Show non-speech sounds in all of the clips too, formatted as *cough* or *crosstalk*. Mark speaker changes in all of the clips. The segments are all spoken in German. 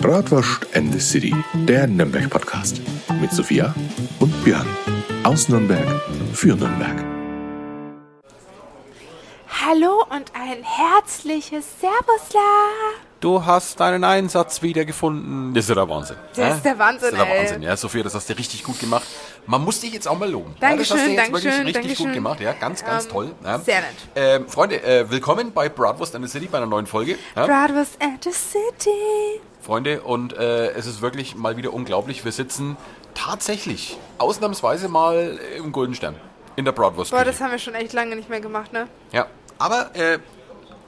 Speaker 1: Bratwurst and the City, der Nürnberg-Podcast. Mit Sophia und Björn. Aus Nürnberg für Nürnberg.
Speaker 2: Hallo und ein herzliches Servusla.
Speaker 3: Du hast deinen Einsatz wiedergefunden. Das ist ja der Wahnsinn.
Speaker 2: Das
Speaker 3: hä?
Speaker 2: ist der Wahnsinn,
Speaker 3: Das ist der
Speaker 2: ey.
Speaker 3: Wahnsinn, ja. Sophia, das hast du richtig gut gemacht. Man muss dich jetzt auch mal loben.
Speaker 2: Dankeschön,
Speaker 3: ja, das hast du jetzt
Speaker 2: Dankeschön,
Speaker 3: wirklich richtig
Speaker 2: Dankeschön.
Speaker 3: gut gemacht. Ja, ganz, ganz toll. Ja.
Speaker 2: sehr nett.
Speaker 3: Ähm, Freunde, äh, willkommen bei Bratwurst and the City bei einer neuen Folge. Ja.
Speaker 2: Bratwurst and the City.
Speaker 3: Freunde, und äh, es ist wirklich mal wieder unglaublich. Wir sitzen tatsächlich ausnahmsweise mal im Golden Stern. In der Bratwurst.
Speaker 2: Boah, das haben wir schon echt lange nicht mehr gemacht, ne?
Speaker 3: Ja, aber äh,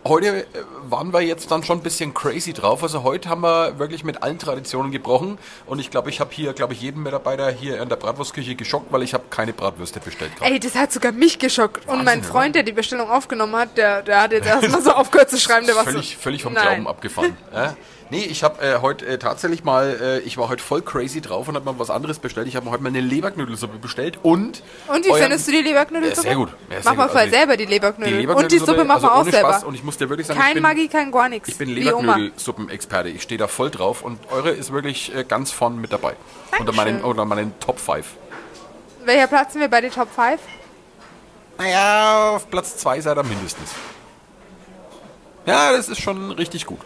Speaker 3: heute äh, waren wir jetzt dann schon ein bisschen crazy drauf. Also heute haben wir wirklich mit allen Traditionen gebrochen und ich glaube, ich habe hier, glaube ich, jeden Mitarbeiter hier in der Bratwurstküche geschockt, weil ich habe keine Bratwürste bestellt. gerade.
Speaker 2: Ey, das hat sogar mich geschockt. Und mein
Speaker 3: Wahnsinn,
Speaker 2: Freund, der die Bestellung aufgenommen hat, der, der
Speaker 3: *laughs*
Speaker 2: hat jetzt erstmal so aufgehört zu schreiben. Der war
Speaker 3: völlig,
Speaker 2: so,
Speaker 3: völlig vom
Speaker 2: Nein. *laughs*
Speaker 3: Glauben abgefahren. ja? Nee, ich habe äh, heute äh, tatsächlich mal, äh, ich war heute voll crazy drauf und habe mal was anderes bestellt. Ich habe mir heute mal eine Leberknödelsuppe bestellt und...
Speaker 2: Und wie
Speaker 3: euren-
Speaker 2: findest du die Leberknödelsuppe?
Speaker 3: Oh Ja, sehr gut. Ja, sehr
Speaker 2: mach mal
Speaker 3: gut.
Speaker 2: voll
Speaker 3: Also die-
Speaker 2: selber die
Speaker 3: die
Speaker 2: Leberknödel.
Speaker 3: Leberknödelsuppe?
Speaker 2: Und die Suppe machen wir
Speaker 3: also
Speaker 2: auch
Speaker 3: ohne
Speaker 2: selber.
Speaker 3: Spaß. Und ich muss dir wirklich sagen, ich
Speaker 2: kein
Speaker 3: bin,
Speaker 2: Maggi, kein gar nichts.
Speaker 3: Ich bin
Speaker 2: Wie Oma.
Speaker 3: Leberknödelsuppenexperte. Ich stehe da voll drauf und eure ist wirklich äh, ganz vorn mit dabei. Unter
Speaker 2: Dankeschön.
Speaker 3: meinen, unter meinen Top 5.
Speaker 2: Welcher Platz sind wir bei den Top 5?
Speaker 3: Naja, auf Platz 2 seid ihr mindestens. Ja, das ist schon richtig gut.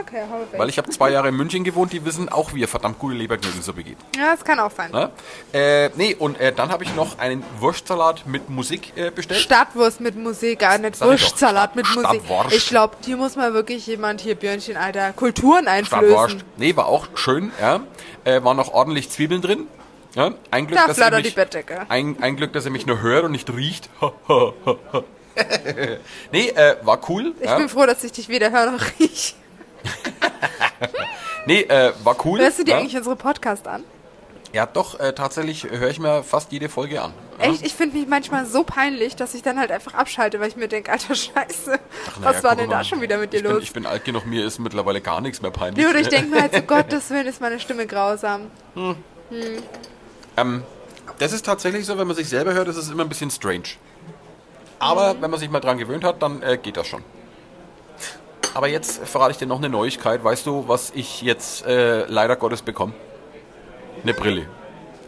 Speaker 2: Okay, hau weg.
Speaker 3: Weil ich habe zwei Jahre in München gewohnt, die wissen auch, wie ihr verdammt gute Leberknödelsuppe geht.
Speaker 2: ja, das kann auch sein.
Speaker 3: Ne? Äh, nee, und äh, dann habe ich noch einen Wurstsalat mit Musik äh, bestellt.
Speaker 2: Stadtwurst mit Musik, gar nicht
Speaker 3: Sag ich doch.
Speaker 2: Wurstsalat mit Musik.
Speaker 3: Stadtwurst.
Speaker 2: Ich glaube, hier muss mal wirklich jemand hier Björnchen, Alter, Kulturen
Speaker 3: Bratwurst.
Speaker 2: einflößen.
Speaker 3: Nee, war auch schön, ja. Äh, waren noch ordentlich Zwiebeln drin. Ja, ein Glück,
Speaker 2: Da
Speaker 3: dass er
Speaker 2: flattert die
Speaker 3: mich,
Speaker 2: Bettdecke.
Speaker 3: Ein, ein Glück, dass er mich nur hört und nicht riecht. *laughs* nee, äh, war
Speaker 2: *laughs*
Speaker 3: cool.
Speaker 2: Ich
Speaker 3: ja.
Speaker 2: bin froh, dass ich dich weder höre noch riech.
Speaker 3: Nee, äh, war cool.
Speaker 2: Hörst du dir
Speaker 3: ja.
Speaker 2: eigentlich unsere Podcast an?
Speaker 3: Ja, doch, äh, tatsächlich höre ich mir fast jede Folge an. Ja.
Speaker 2: Echt? Ich finde mich manchmal so peinlich, dass ich dann halt einfach abschalte, weil ich mir denke, alter Scheiße,
Speaker 3: Na ja,
Speaker 2: was war
Speaker 3: guck
Speaker 2: denn
Speaker 3: mal.
Speaker 2: da schon wieder mit dir
Speaker 3: ich Bin,
Speaker 2: los?
Speaker 3: ich bin alt genug, mir ist mittlerweile gar nichts mehr peinlich.
Speaker 2: Nee, oder ich denke mir halt so, Gottes Willen ist meine Stimme grausam.
Speaker 3: Ähm, das ist tatsächlich so, wenn man sich selber hört, ist es immer ein bisschen strange. Aber
Speaker 2: Mhm.
Speaker 3: wenn man sich mal dran gewöhnt hat, dann äh, geht das schon. Aber jetzt verrate ich dir noch eine Neuigkeit. Weißt du, was ich jetzt äh, leider Gottes bekomme? Eine Brille.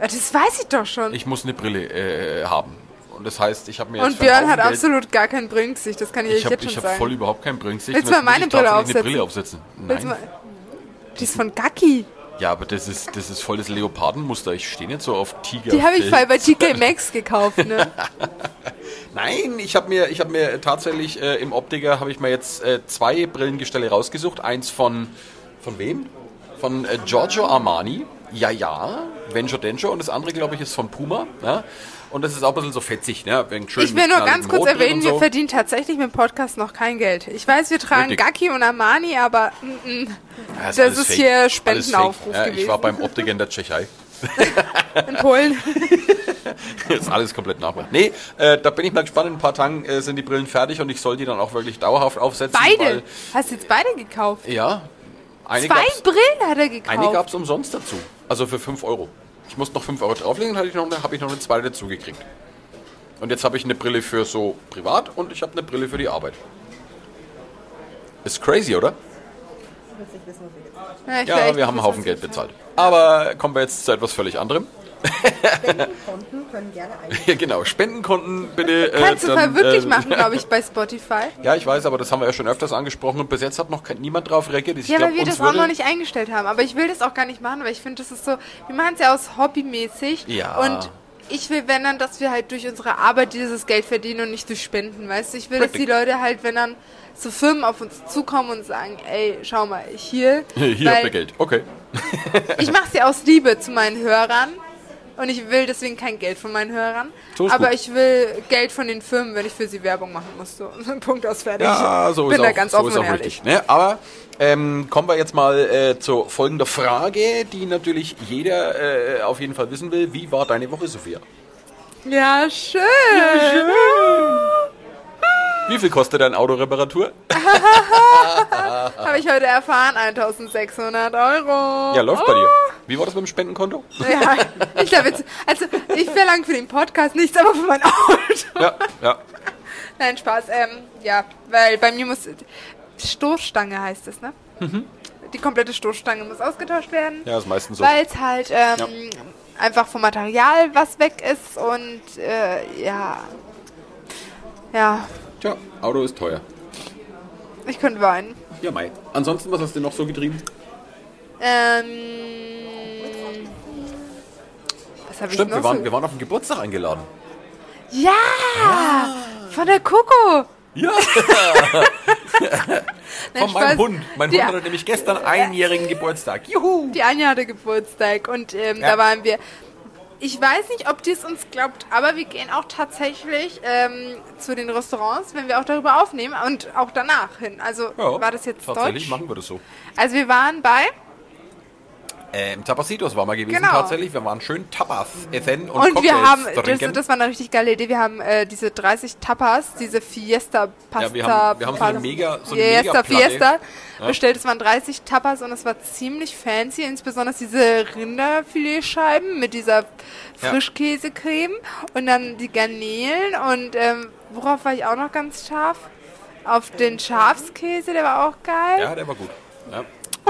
Speaker 2: Ja, Das weiß ich doch schon.
Speaker 3: Ich muss eine Brille äh, haben. Und das heißt, ich habe mir jetzt
Speaker 2: Und
Speaker 3: für einen
Speaker 2: Björn hat
Speaker 3: Haufen Geld-
Speaker 2: absolut gar kein Brillengesicht, das kann ich,
Speaker 3: Ich
Speaker 2: euch
Speaker 3: habe
Speaker 2: jetzt schon
Speaker 3: ich hab
Speaker 2: sagen.
Speaker 3: voll überhaupt keinen Brillengesicht.
Speaker 2: Willst
Speaker 3: und jetzt
Speaker 2: du mal meine
Speaker 3: muss ich
Speaker 2: Brille
Speaker 3: tatsächlich
Speaker 2: aufsetzen?
Speaker 3: Eine Brille
Speaker 2: Willst
Speaker 3: aufsetzen.
Speaker 2: du
Speaker 3: Nein.
Speaker 2: mal- Die ist von Gacki.
Speaker 3: Ja, aber das ist, das ist voll das Leopardenmuster. Ich stehe nicht so auf Tiger.
Speaker 2: Die habe ich voll
Speaker 3: Fell.
Speaker 2: bei TK Maxx gekauft, ne?
Speaker 3: Nein, ich habe mir, ich hab mir tatsächlich äh, im Optiker habe ich mir jetzt äh, zwei Brillengestelle rausgesucht. Eins von von wem? Von äh, Giorgio Armani. Ja, ja. Venture Denture. Und das andere, glaube ich, ist von Puma. Ja? Und das ist auch ein bisschen so fetzig. Ne? Wegen schön
Speaker 2: Ich will
Speaker 3: *laughs* mit
Speaker 2: nur
Speaker 3: knalligem
Speaker 2: ganz kurz
Speaker 3: Rot drin
Speaker 2: erwähnen,
Speaker 3: und
Speaker 2: wir verdienen tatsächlich mit dem Podcast noch kein Geld. Ich weiß, wir tragen
Speaker 3: Richtig.
Speaker 2: Gacki und Armani, aber mm, mm,
Speaker 3: Ja,
Speaker 2: das
Speaker 3: alles
Speaker 2: ist
Speaker 3: fake.
Speaker 2: hier
Speaker 3: Alles fake.
Speaker 2: Spendenaufruf
Speaker 3: ja, Ich
Speaker 2: gewesen.
Speaker 3: war beim Optiker in der Tschechei. *laughs*
Speaker 2: in Polen. *laughs*
Speaker 3: Das ist alles komplett nachmachen. Nee, äh, da bin ich mal gespannt. In ein paar Tagen äh, sind die Brillen fertig und ich soll die dann auch wirklich dauerhaft aufsetzen.
Speaker 2: Beide.
Speaker 3: Weil,
Speaker 2: Hast du jetzt beide gekauft?
Speaker 3: ja. Eine
Speaker 2: Zwei
Speaker 3: gab's-
Speaker 2: Brillen hat er gekauft.
Speaker 3: Eine gab es umsonst dazu. Also für 5 Euro. Ich musste noch 5 Euro drauflegen, dann hatte ich noch eine, habe ich noch eine zweite dazu gekriegt. Und jetzt habe ich eine Brille für so privat und ich habe eine Brille für die Arbeit. Ist crazy, oder?
Speaker 2: ja, ich
Speaker 3: Ja,
Speaker 2: vielleicht-
Speaker 3: wir haben einen Haufen Geld bezahlt. Aber kommen wir jetzt zu etwas völlig anderem.
Speaker 4: Konten können gerne ein.
Speaker 3: Ja, genau. Spendenkonten bitte. äh,
Speaker 2: Kannst du
Speaker 3: dann,
Speaker 2: voll wirklich
Speaker 3: äh,
Speaker 2: machen, glaube ich, bei Spotify.
Speaker 3: Ja, ich weiß, aber das haben wir ja schon öfters angesprochen und bis jetzt hat noch kein, niemand drauf reagiert. Ich
Speaker 2: Ja,
Speaker 3: glaub,
Speaker 2: weil wir
Speaker 3: uns
Speaker 2: das auch
Speaker 3: würde-
Speaker 2: noch nicht eingestellt haben. Aber ich will das auch gar nicht machen, weil ich finde, das ist so, wir machen es ja aus hobbymäßig.
Speaker 3: Ja.
Speaker 2: Und ich will, wenn dann, dass wir halt durch unsere Arbeit dieses Geld verdienen und nicht durch Spenden, weißt du? Ich will, dass die
Speaker 3: Richtig.
Speaker 2: Leute halt, wenn dann zu Firmen auf uns zukommen und sagen, ey, schau mal, hier.
Speaker 3: *laughs* *laughs* Hier habt ihr
Speaker 2: weil
Speaker 3: Geld. Okay.
Speaker 2: ich mache es ja aus Liebe zu meinen Hörern. Und ich will deswegen kein Geld von meinen Hörern.
Speaker 3: So ist
Speaker 2: aber
Speaker 3: gut.
Speaker 2: ich will Geld von den Firmen, wenn ich für sie Werbung machen muss. So, *laughs* Punkt aus fertig.
Speaker 3: Ja, so
Speaker 2: Bin
Speaker 3: ist
Speaker 2: da
Speaker 3: auch,
Speaker 2: ganz
Speaker 3: so
Speaker 2: offen
Speaker 3: ist auch
Speaker 2: und ehrlich.
Speaker 3: richtig. Ne? Aber ähm, kommen wir jetzt mal äh, zu folgender Frage, die natürlich jeder äh, auf jeden Fall wissen will. Wie war deine Woche, Sophia?
Speaker 2: Ja, schön.
Speaker 3: Wie viel kostet deine Autoreparatur?
Speaker 2: Habe ich heute erfahren, 1600 Euro.
Speaker 3: Ja, läuft bei dir.
Speaker 2: oh.
Speaker 3: Wie war das mit dem Spendenkonto?
Speaker 2: Ja, ich glaube jetzt, also ich verlange für den Podcast nichts, aber für mein Auto.
Speaker 3: Ja, ja.
Speaker 2: Nein, Spaß. Ähm, ja, weil bei mir muss Stoßstange heißt es, ne? die komplette Stoßstange muss ausgetauscht werden.
Speaker 3: Mhm. Ja, ist meistens so.
Speaker 2: Weil es halt ähm, einfach vom Material was weg ist und äh, ja. Ja,
Speaker 3: Tja, Auto ist teuer.
Speaker 2: ich könnte weinen.
Speaker 3: Ja, Mai. Ansonsten, was hast du noch so getrieben?
Speaker 2: Ähm. Was habe ich
Speaker 3: Stimmt,
Speaker 2: noch
Speaker 3: wir waren,
Speaker 2: so-
Speaker 3: wir waren auf den Geburtstag eingeladen.
Speaker 2: Ja! Von der Coco!
Speaker 3: Ja,
Speaker 2: *laughs* Nein,
Speaker 3: von meinem
Speaker 2: Spaß.
Speaker 3: Hund. Mein
Speaker 2: die,
Speaker 3: Hund hatte nämlich gestern einjährigen Geburtstag. Juhu!
Speaker 2: Die Anja hatte Geburtstag und ähm,
Speaker 3: Ja.
Speaker 2: da waren wir. Ich weiß nicht, ob die es uns glaubt, aber wir gehen auch tatsächlich ähm, zu den Restaurants, wenn wir auch darüber aufnehmen und auch danach hin. Also
Speaker 3: Ja,
Speaker 2: war das jetzt
Speaker 3: Tatsächlich
Speaker 2: deutsch?
Speaker 3: machen wir das so.
Speaker 2: Also wir waren bei
Speaker 3: Äh, Im Tapacitos waren wir gewesen,
Speaker 2: Genau.
Speaker 3: tatsächlich. Wir waren schön Tapas essen und,
Speaker 2: und wir
Speaker 3: Cocktails
Speaker 2: haben, das,
Speaker 3: trinken.
Speaker 2: das war eine richtig geile Idee, wir haben äh, diese 30 Tapas, diese Fiesta Pasta.
Speaker 3: Ja, wir haben- wir haben so eine
Speaker 2: Pasta-
Speaker 3: mega- so eine
Speaker 2: Fiesta,
Speaker 3: Megaplatte.
Speaker 2: Fiesta bestellt, es waren 30 Tapas und es war ziemlich fancy, insbesondere diese Rinderfiletscheiben mit dieser
Speaker 3: Ja.
Speaker 2: Frischkäsecreme und dann die Garnelen und ähm, worauf war ich auch noch ganz scharf? Auf den Schafskäse, der war auch geil.
Speaker 3: ja, der war gut. Ja.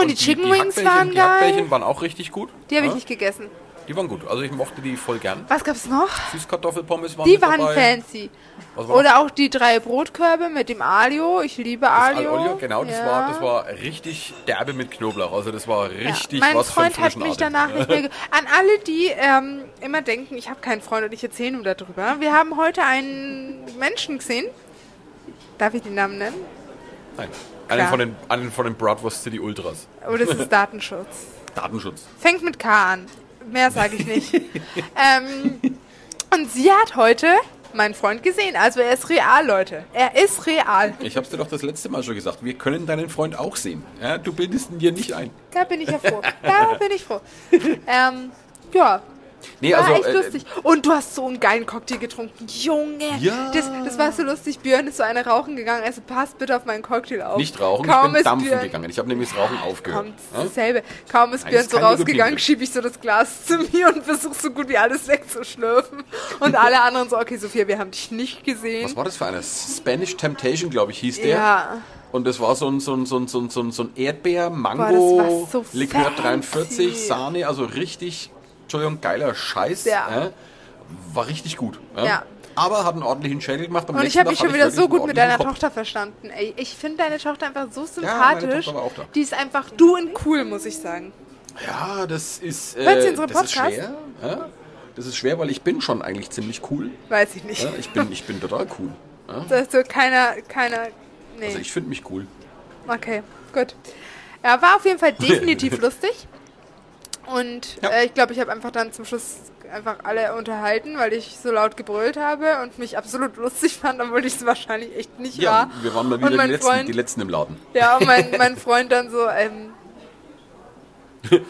Speaker 2: die Chicken Wings
Speaker 3: Hackbällchen-
Speaker 2: waren
Speaker 3: Die
Speaker 2: geil.
Speaker 3: Hackbällchen waren auch richtig gut.
Speaker 2: Die habe ich
Speaker 3: Ja,
Speaker 2: nicht gegessen.
Speaker 3: Die waren gut. Also ich mochte die voll gern.
Speaker 2: Was gab's noch?
Speaker 3: Süßkartoffelpommes waren
Speaker 2: Die
Speaker 3: mit
Speaker 2: waren
Speaker 3: dabei.
Speaker 2: fancy.
Speaker 3: Was war noch?
Speaker 2: Oder auch die drei Brotkörbe mit dem Alio. Ich liebe
Speaker 3: Das
Speaker 2: Alio.
Speaker 3: Al Olio, genau, das,
Speaker 2: Ja.
Speaker 3: war, das war richtig derbe mit Knoblauch. Also das war richtig
Speaker 2: ja. Mein
Speaker 3: was
Speaker 2: Freund
Speaker 3: von
Speaker 2: hat
Speaker 3: frischen
Speaker 2: mich
Speaker 3: Atem.
Speaker 2: danach nicht mehr.
Speaker 3: *laughs*
Speaker 2: Ge An alle, die ähm, immer denken, ich habe keinen Freund und ich erzähle nur darüber. Wir haben heute einen Menschen gesehen. Darf ich den Namen nennen?
Speaker 3: Nein. Einen
Speaker 2: Klar.
Speaker 3: von, den, einen von den Bratwurst City Ultras.
Speaker 2: Oh, das
Speaker 3: *laughs*
Speaker 2: ist Datenschutz.
Speaker 3: Datenschutz.
Speaker 2: Fängt mit K an. Mehr sage ich
Speaker 3: *laughs*
Speaker 2: nicht. ähm, und sie hat heute meinen Freund gesehen. Also er ist real, Leute. Er ist real.
Speaker 3: Ich hab's dir doch das letzte Mal schon gesagt. Wir können deinen Freund auch sehen. Ja, du bildest ihn dir nicht ein.
Speaker 2: Da bin ich ja froh. Da bin ich froh. Ähm, ja.
Speaker 3: Nee,
Speaker 2: War
Speaker 3: also
Speaker 2: echt
Speaker 3: äh,
Speaker 2: lustig. Und du hast so einen geilen Cocktail getrunken. Junge.
Speaker 3: Ja.
Speaker 2: Das, das war so lustig. Björn ist so eine rauchen gegangen. Also passt bitte auf meinen Cocktail auf.
Speaker 3: nicht rauchen,
Speaker 2: Kaum
Speaker 3: ich bin
Speaker 2: ist Ah,
Speaker 3: dampfen
Speaker 2: Björn,
Speaker 3: gegangen. Ich habe nämlich das Rauchen aufgehört.
Speaker 2: Kommt
Speaker 3: Ja?
Speaker 2: dasselbe. Kaum ist Björn
Speaker 3: das
Speaker 2: so
Speaker 3: kann mir gut
Speaker 2: rausgegangen,
Speaker 3: liegen.
Speaker 2: schiebe ich so das Glas zu mir und versuche so gut wie alles wegzuschlürfen. Und alle anderen so, okay, Sophia, wir haben dich nicht gesehen.
Speaker 3: Was war das für einer? Spanish Temptation, glaube ich, hieß der.
Speaker 2: Ja.
Speaker 3: Und das war so ein, so ein, so ein, so ein, so ein, so ein Erdbeer,
Speaker 2: Boah, das
Speaker 3: Mango,
Speaker 2: war so
Speaker 3: Likör
Speaker 2: fancy.
Speaker 3: 43, Sahne, also richtig, Entschuldigung, geiler Scheiß.
Speaker 2: Ja.
Speaker 3: äh, war richtig gut. äh.
Speaker 2: Ja.
Speaker 3: Aber hat einen ordentlichen Schädel gemacht. Am
Speaker 2: Und ich
Speaker 3: nächsten
Speaker 2: habe mich
Speaker 3: Tag
Speaker 2: schon
Speaker 3: hatte
Speaker 2: wieder
Speaker 3: ich
Speaker 2: so
Speaker 3: wirklich
Speaker 2: gut mit
Speaker 3: einen
Speaker 2: deiner
Speaker 3: ordentlichen
Speaker 2: Tochter verstanden. Ey, ich finde deine Tochter einfach so
Speaker 3: meine
Speaker 2: sympathisch.
Speaker 3: Tochter war auch da.
Speaker 2: Die ist einfach du in cool, muss ich sagen.
Speaker 3: Kopf. Ja, das ist,
Speaker 2: Hört sie
Speaker 3: äh,
Speaker 2: unseren
Speaker 3: das ist
Speaker 2: Podcast?
Speaker 3: schwer. äh. Das ist schwer, weil ich bin schon eigentlich ziemlich cool.
Speaker 2: Weiß ich nicht.
Speaker 3: äh. Ich bin, ich bin total cool. äh.
Speaker 2: Also keiner, keiner. Nee.
Speaker 3: Also ich finde mich cool.
Speaker 2: okay, gut. Ja, war auf jeden
Speaker 3: *laughs*
Speaker 2: Fall definitiv lustig. Und
Speaker 3: Ja.
Speaker 2: äh, ich glaube, ich habe einfach dann zum Schluss einfach alle unterhalten, weil ich so laut gebrüllt habe und mich absolut lustig fand, obwohl ich es wahrscheinlich echt nicht
Speaker 3: Ja,
Speaker 2: war.
Speaker 3: wir waren mal
Speaker 2: und
Speaker 3: wieder
Speaker 2: mein
Speaker 3: die letzten,
Speaker 2: Freund,
Speaker 3: die letzten im Laden.
Speaker 2: Ja, und mein, mein Freund dann so, ähm,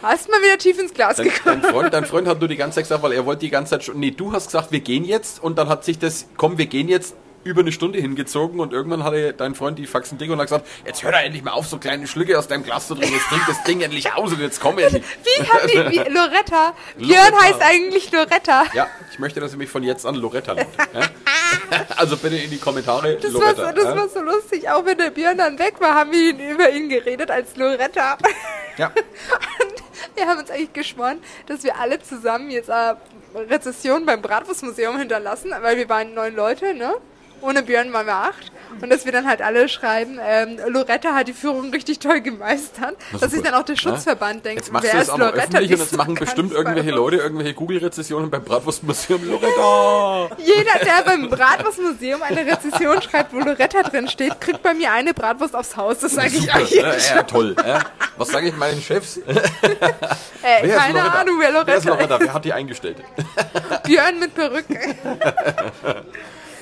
Speaker 2: hast mal wieder tief ins Glas
Speaker 3: Dein,
Speaker 2: gekommen.
Speaker 3: dein, Freund, dein Freund hat nur die ganze Zeit gesagt, weil er wollte die ganze Zeit schon. Nee, du hast gesagt, wir gehen jetzt und dann hat sich das, komm, wir gehen jetzt über eine Stunde hingezogen und irgendwann hatte dein Freund die Faxen dick und hat gesagt, jetzt hör doch endlich mal auf, so kleine Schlücke aus deinem Glas zu trinken, jetzt trink das Ding endlich aus und jetzt komm endlich.
Speaker 2: Wie haben die,
Speaker 3: *laughs*
Speaker 2: wie, Loretta? Björn
Speaker 3: Loretta.
Speaker 2: heißt eigentlich Loretta.
Speaker 3: Ja, ich möchte, dass ihr mich von jetzt an Loretta nennt. Ja? *laughs* Also bitte in die Kommentare
Speaker 2: Das, war
Speaker 3: Loretta.
Speaker 2: so, das
Speaker 3: ja?
Speaker 2: war so lustig. Auch wenn der Björn dann weg war, haben wir ihn, über ihn geredet als Loretta.
Speaker 3: *laughs* ja.
Speaker 2: Und wir haben uns eigentlich geschworen, dass wir alle zusammen jetzt äh, Rezession beim Bratwurstmuseum hinterlassen, weil wir waren neun Leute, ne? Ohne Björn waren wir acht. Und dass wir dann halt alle schreiben, ähm, Loretta hat die Führung richtig toll gemeistert. dass sich
Speaker 3: super.
Speaker 2: dann auch der Schutzverband denkt,
Speaker 3: Jetzt machst
Speaker 2: wer
Speaker 3: du es
Speaker 2: ist
Speaker 3: aber
Speaker 2: Loretta?
Speaker 3: öffentlich
Speaker 2: Die
Speaker 3: und
Speaker 2: ist
Speaker 3: das machen
Speaker 2: doch ganz
Speaker 3: bestimmt irgendwelche
Speaker 2: bei-
Speaker 3: Leute irgendwelche Google-Rezessionen beim Bratwurstmuseum
Speaker 2: *laughs*
Speaker 3: Loretta.
Speaker 2: Jeder, der
Speaker 3: *laughs*
Speaker 2: beim Bratwurstmuseum eine Rezession schreibt, wo Loretta drin steht, kriegt bei mir eine Bratwurst aufs Haus. Das sage ich euch.
Speaker 3: ne? Ja, ja, toll. Ja. Was sage ich meinen Chefs?
Speaker 2: Äh,
Speaker 3: Wer ist
Speaker 2: keine
Speaker 3: Loretta?
Speaker 2: Ahnung, wer
Speaker 3: Wer ist
Speaker 2: Loretta ist.
Speaker 3: Loretta? Wer hat die eingestellt?
Speaker 2: Björn mit Perücke.
Speaker 3: *laughs*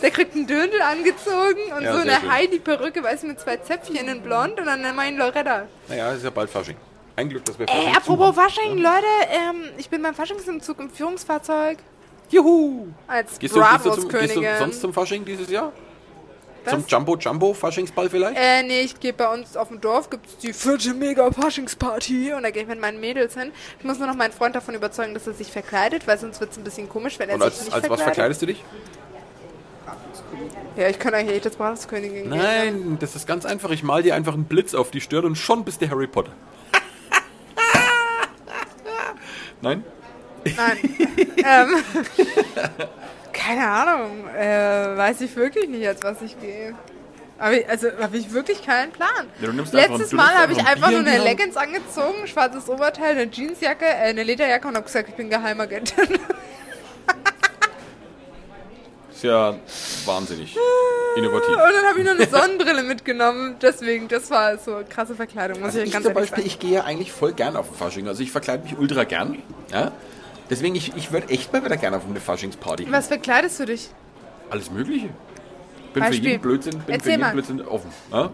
Speaker 2: Der kriegt einen Döndel angezogen und
Speaker 3: Ja,
Speaker 2: so
Speaker 3: sehr
Speaker 2: eine
Speaker 3: schön.
Speaker 2: Heidi-Perücke, weiß mit zwei Zäpfchen in blond und dann mein Loretta.
Speaker 3: Naja, ist ja bald Fasching. Ein Glück, dass wir
Speaker 2: Ey,
Speaker 3: Fasching
Speaker 2: Äh, apropos Fasching, Leute, ähm, ich bin beim Faschingsumzug im Führungsfahrzeug
Speaker 3: zu- Juhu!
Speaker 2: als
Speaker 3: Gehst du, gehst, du zum, gehst du
Speaker 2: Bratwurstkönigin.
Speaker 3: sonst zum Fasching dieses Jahr?
Speaker 2: Was?
Speaker 3: Zum Jumbo-Jumbo-Faschingsball vielleicht?
Speaker 2: Äh, nee, ich gehe bei uns auf dem Dorf, gibt's die vierte Mega-Faschingsparty und da gehe ich mit meinen Mädels hin. Ich muss nur noch meinen Freund davon überzeugen, dass er sich verkleidet, weil sonst wird's ein bisschen komisch, wenn er
Speaker 3: Und
Speaker 2: sich
Speaker 3: als,
Speaker 2: nicht
Speaker 3: als was
Speaker 2: verkleidet.
Speaker 3: verkleidest du dich?
Speaker 2: Ja, ich kann eigentlich echt als Bratwurstkönigin gehen.
Speaker 3: Nein, das ist ganz einfach. Ich mal dir einfach einen Blitz auf die Stirn und schon bist du Harry Potter. *laughs* Nein?
Speaker 2: Ähm, keine Ahnung. Äh, weiß ich wirklich nicht, als was ich gehe. Aber ich, also habe ich wirklich keinen Plan.
Speaker 5: Ja, du nimmst einfach-
Speaker 2: Letztes
Speaker 5: du nimmst
Speaker 2: Mal habe ich
Speaker 5: einfach ein
Speaker 2: einfach
Speaker 5: Bier
Speaker 2: nur
Speaker 5: in
Speaker 2: eine
Speaker 5: die Hand.
Speaker 2: Leggings angezogen, ein schwarzes Oberteil, eine Jeansjacke, äh, eine Lederjacke und habe gesagt, ich bin *laughs* Geheimagentin.
Speaker 3: Ist ja wahnsinnig
Speaker 2: Und
Speaker 3: innovativ.
Speaker 2: dann habe ich
Speaker 5: *laughs*
Speaker 2: noch eine Sonnenbrille mitgenommen. Deswegen, das war so eine krasse Verkleidung, muss
Speaker 3: Also
Speaker 2: ich
Speaker 3: ich
Speaker 2: ganz
Speaker 3: zum
Speaker 2: ehrlich
Speaker 3: Beispiel,
Speaker 2: sagen.
Speaker 3: ich gehe ja eigentlich voll gern auf den Fasching. Also ich verkleide mich ultra gern. Ja? Deswegen, ich, ich würde echt mal wieder gern auf eine Faschingsparty. gehen.
Speaker 2: Was verkleidest du dich?
Speaker 3: Alles Mögliche. Bin
Speaker 2: Beispiel.
Speaker 3: für jeden Blödsinn, bin für
Speaker 2: Erzähl
Speaker 3: jeden
Speaker 2: mal.
Speaker 3: Blödsinn offen. Ja?